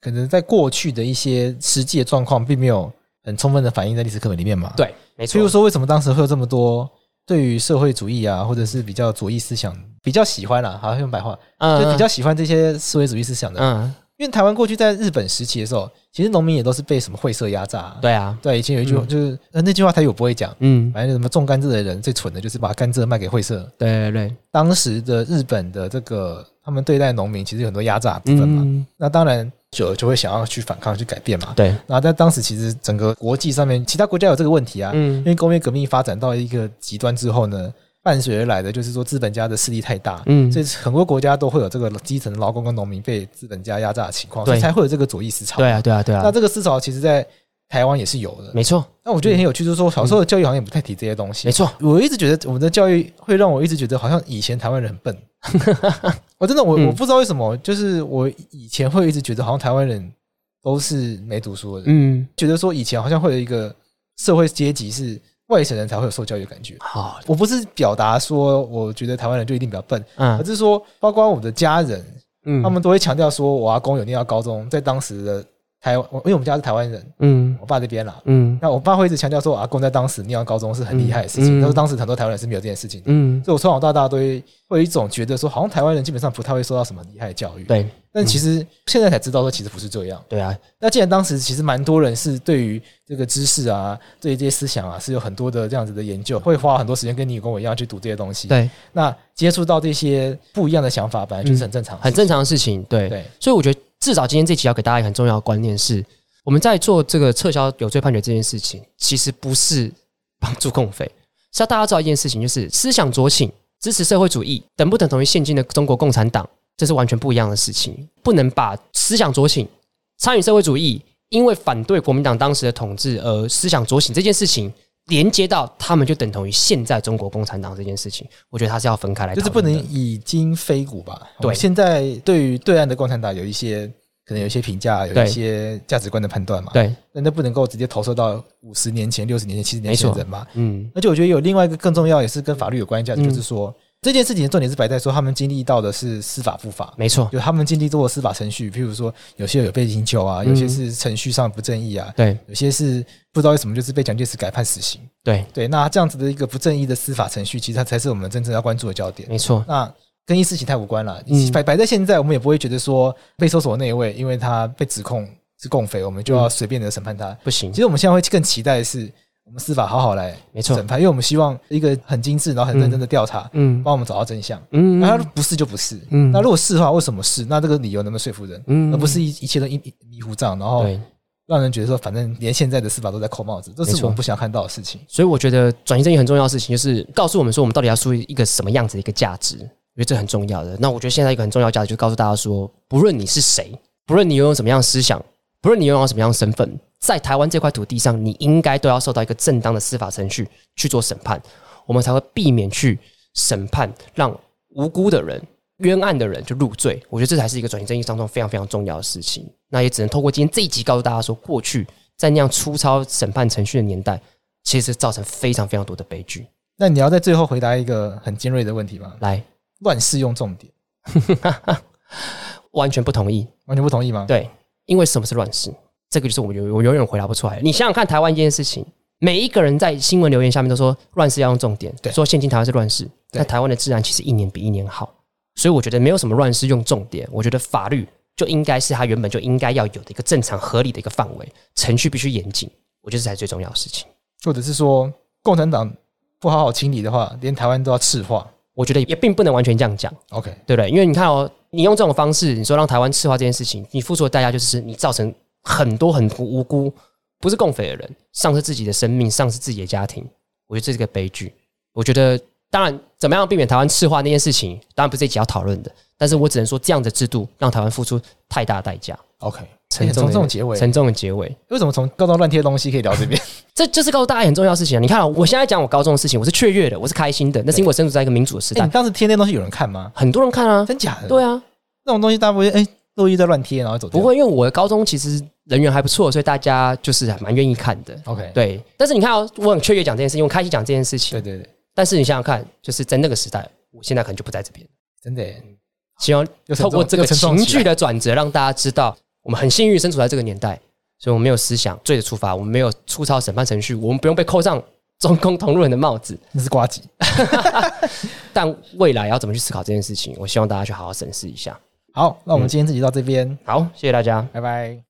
Speaker 2: 可能在过去的一些实际的状况，并没有很充分的反映在历史课本里面嘛。，
Speaker 1: 对，没
Speaker 2: 所以
Speaker 1: 错，
Speaker 2: 说为什么当时会有这么多对于社会主义啊，或者是比较左翼思想比较喜欢啊，好像用白话，就比较喜欢这些社会主义思想的，
Speaker 1: 嗯，
Speaker 2: 因为台湾过去在日本时期的时候，其实农民也都是被什么会社压榨、啊。
Speaker 1: 对啊，
Speaker 2: 对，以前有一句话、
Speaker 1: 嗯
Speaker 2: 就是、呃那句话台语我不会讲，
Speaker 1: 嗯，
Speaker 2: 反正什么种甘蔗的人最蠢的就是把甘蔗卖给会社。
Speaker 1: 对对对，
Speaker 2: 当时的日本的这个他们对待农民其实有很多压榨的部分嘛，
Speaker 1: 嗯，
Speaker 2: 那当然久了就会想要去反抗去改变嘛。
Speaker 1: 对，
Speaker 2: 然后在当时其实整个国际上面，其他国家有这个问题啊，因
Speaker 1: 嗯
Speaker 2: 为工业革命发展到一个极端之后呢，伴随而来的就是说资本家的势力太大，
Speaker 1: 嗯
Speaker 2: 所，以很多国家都会有这个基层的劳工跟农民被资本家压榨的情况，所以
Speaker 1: 对
Speaker 2: 才会有这个左翼思潮。
Speaker 1: 对啊，对啊，对
Speaker 2: 那
Speaker 1: 啊，
Speaker 2: 这个思潮其实在台湾也是有的。
Speaker 1: 没错，
Speaker 2: 那我觉得也很有趣，就是说小时候的教育好像也不太提这些东西
Speaker 1: 没。错，
Speaker 2: 我一直觉得我们的教育会让我一直觉得好像以前台湾人很 笨。我真的我
Speaker 1: 嗯
Speaker 2: 我不知道为什么，就是我以前会一直觉得好像台湾人都是没读书的人，
Speaker 1: 嗯，
Speaker 2: 觉得说以前好像会有一个社会阶级是外省人才会有受教育的感觉。
Speaker 1: 好，
Speaker 2: 我不是表达说我觉得台湾人就一定比较笨，而
Speaker 1: 嗯
Speaker 2: 是说包括我的家人，
Speaker 1: 嗯，
Speaker 2: 他们都会强调说我阿公有念到高中，在当时的台湾，我因为我们家是台湾人，
Speaker 1: 嗯
Speaker 2: 我爸这边啦，
Speaker 1: 嗯
Speaker 2: 那我爸会一直强调说，我阿公在当时念到高中是很厉害的事情，
Speaker 1: 嗯嗯
Speaker 2: 但是当时很多台湾人是没有这件事情的，
Speaker 1: 嗯，
Speaker 2: 所以我从小到大都会会有一种觉得说，好像台湾人基本上不太会受到什么厉害的教育。，
Speaker 1: 对
Speaker 2: 但其实现在才知道说，其实不是这样。
Speaker 1: 对啊，
Speaker 2: 那既然当时其实蛮多人是对于这个知识啊，对于这些思想啊，是有很多的这样子的研究，会花很多时间跟你跟我一样去读这些东西。，
Speaker 1: 对，嗯
Speaker 2: 那接触到这些不一样的想法，本来就是很正常的
Speaker 1: 很
Speaker 2: 事情，
Speaker 1: 正常的事情，对，
Speaker 2: 对，
Speaker 1: 所以我觉得至少今天这集要给大家一个很重要的观念是，我们在做这个撤销有罪判决这件事情，其实不是帮助共匪，是要大家知道一件事情，就是思想左倾、支持社会主义等不等同于现今的中国共产党，这是完全不一样的事情，不能把思想左倾、参与社会主义，因为反对国民党当时的统治而思想左倾这件事情。连接到他们就等同于现在中国共产党这件事情，我觉得它是要分开来讨
Speaker 2: 就是
Speaker 1: 论的，
Speaker 2: 不能以今非古吧。
Speaker 1: 对
Speaker 2: 我们现在对于对岸的共产党有一些可能有一些评价，有
Speaker 1: 对
Speaker 2: 一些价值观的判断嘛。，
Speaker 1: 对，
Speaker 2: 但那不能够直接投射到五十年前、六十年前、七十年前的
Speaker 1: 没错
Speaker 2: 人嘛。
Speaker 1: 嗯
Speaker 2: 而且我觉得有另外一个更重要，也是跟法律有关的价值，
Speaker 1: 嗯
Speaker 2: 就是说，这件事情的重点是摆在说，他们经历到的是司法不法，
Speaker 1: 没错，
Speaker 2: 就他们经历过的司法程序，譬如说有些有被刑求
Speaker 1: 嗯
Speaker 2: 啊，有些是程序上不正义啊，
Speaker 1: 对
Speaker 2: 有些是不知道为什么就是被蒋介石改判死刑。
Speaker 1: 对，
Speaker 2: 对，那这样子的一个不正义的司法程序，其实它才是我们真正要关注的焦点。
Speaker 1: 没错，
Speaker 2: 那跟意识形态无关了
Speaker 1: 嗯，
Speaker 2: 摆摆在现在，我们也不会觉得说被搜索的那一位，因为他被指控是共匪，我们
Speaker 1: 嗯
Speaker 2: 就要随便的审判他。
Speaker 1: 不行
Speaker 2: 其，实我们现在会更期待的是，我们司法好好来
Speaker 1: 没错
Speaker 2: 审，判，因为我们希望一个很精致，然后很认真的调查，
Speaker 1: 嗯
Speaker 2: 帮我们找到真相。
Speaker 1: 嗯
Speaker 2: 那他不是就不是，
Speaker 1: 嗯
Speaker 2: 那如果是的话，为什么是？那这个理由能不能说服人？
Speaker 1: 嗯
Speaker 2: 而不是一一切都一一迷糊账，然后
Speaker 1: 对，
Speaker 2: 让人觉得说，反正连现在的司法都在扣帽子，这
Speaker 1: 没
Speaker 2: 是
Speaker 1: 错
Speaker 2: 我们不想看到的事情。
Speaker 1: 所以我觉得转型正义很重要的事情，就是告诉我们说我们到底要树立一个什么样子的一个价值，我觉得这很重要的。那我觉得现在一个很重要的价值，就是告诉大家说，不论你是谁，不论你拥有什么样的思想，不论你拥有什么样的身份，在台湾这块土地上，你应该都要受到一个正当的司法程序去做审判，我们才会避免去审判让无辜的人。冤案的人就入罪，我觉得这才是一个转型正义当中非常非常重要的事情。那也只能透过今天这一集告诉大家说，过去在那样粗糙审判程序的年代，其实造成非常非常多的悲剧。
Speaker 2: 那你要在最后回答一个很尖锐的问题吗？
Speaker 1: 来，
Speaker 2: 乱适用重点，
Speaker 1: 完全不同意，
Speaker 2: 完全不同意吗？
Speaker 1: 对，因为什么是乱世？这个就是我永我永远回答不出来。你想想看，台湾这件事情，每一个人在新闻留言下面都说乱世要用重点，
Speaker 2: 对
Speaker 1: 说现今台湾是乱世，
Speaker 2: 对
Speaker 1: 但台湾的治安其实一年比一年好，所以我觉得没有什么乱世用重点，我觉得法律就应该是它原本就应该要有的一个正常合理的一个范围，程序必须严谨，我觉得这才是最重要的事情。
Speaker 2: 或者是说共产党不好好清理的话，连台湾都要赤化。
Speaker 1: 我觉得也并不能完全这样讲。
Speaker 2: OK，
Speaker 1: 对不对？因为你看哦，你用这种方式，你说让台湾赤化这件事情，你付出的代价就是你造成很多很多无辜不是共匪的人丧失自己的生命，丧失自己的家庭。我觉得这是个悲剧。我觉得当然怎么样避免台湾赤化那件事情，当然不是这一集要讨论的。但是我只能说，这样的制度让台湾付出太大的代价，
Speaker 2: OK，
Speaker 1: 沉重
Speaker 2: 从
Speaker 1: 的
Speaker 2: 哎这种结尾，
Speaker 1: 沉重的结尾。
Speaker 2: 为什么从高到乱贴的东西可以聊这边？
Speaker 1: 这就是告诉大家很重要的事情、啊。你看、哦，我现在讲我高中的事情，我是雀跃的，我是开心的，那是因为我身处在一个民主的时
Speaker 2: 哎
Speaker 1: 代
Speaker 2: 你，当时贴那东西有人看吗？
Speaker 1: 很多人看啊，
Speaker 2: 真假的？
Speaker 1: 对啊，
Speaker 2: 那种东西大家不会哎，都一直在乱贴，然后走掉
Speaker 1: 不。会，因为我的高中其实人缘还不错，所以大家就是还蛮愿意看的。
Speaker 2: OK，
Speaker 1: 对，但是你看、哦，我很雀跃讲这件事情，我开心讲这件事情
Speaker 2: 对。对对，
Speaker 1: 但是你想想看，就是在那个时代，我现在可能就不在这边。
Speaker 2: 真的耶
Speaker 1: 希望
Speaker 2: 又沉
Speaker 1: 透
Speaker 2: 重
Speaker 1: 过这个
Speaker 2: 又沉重
Speaker 1: 情
Speaker 2: 起来
Speaker 1: 绪的转折，让大家知道我们很幸运身处在这个年代，所以我们没有思想罪的处罚，我们没有粗糙审判程序，我们不用被扣上 中共同路人的帽子。
Speaker 2: 那是瓜吉。
Speaker 1: 但未来要怎么去思考这件事情，我希望大家去好好审视一下。
Speaker 2: 好，那我们今天这集到这边，
Speaker 1: 好，谢谢大家。
Speaker 2: 拜拜。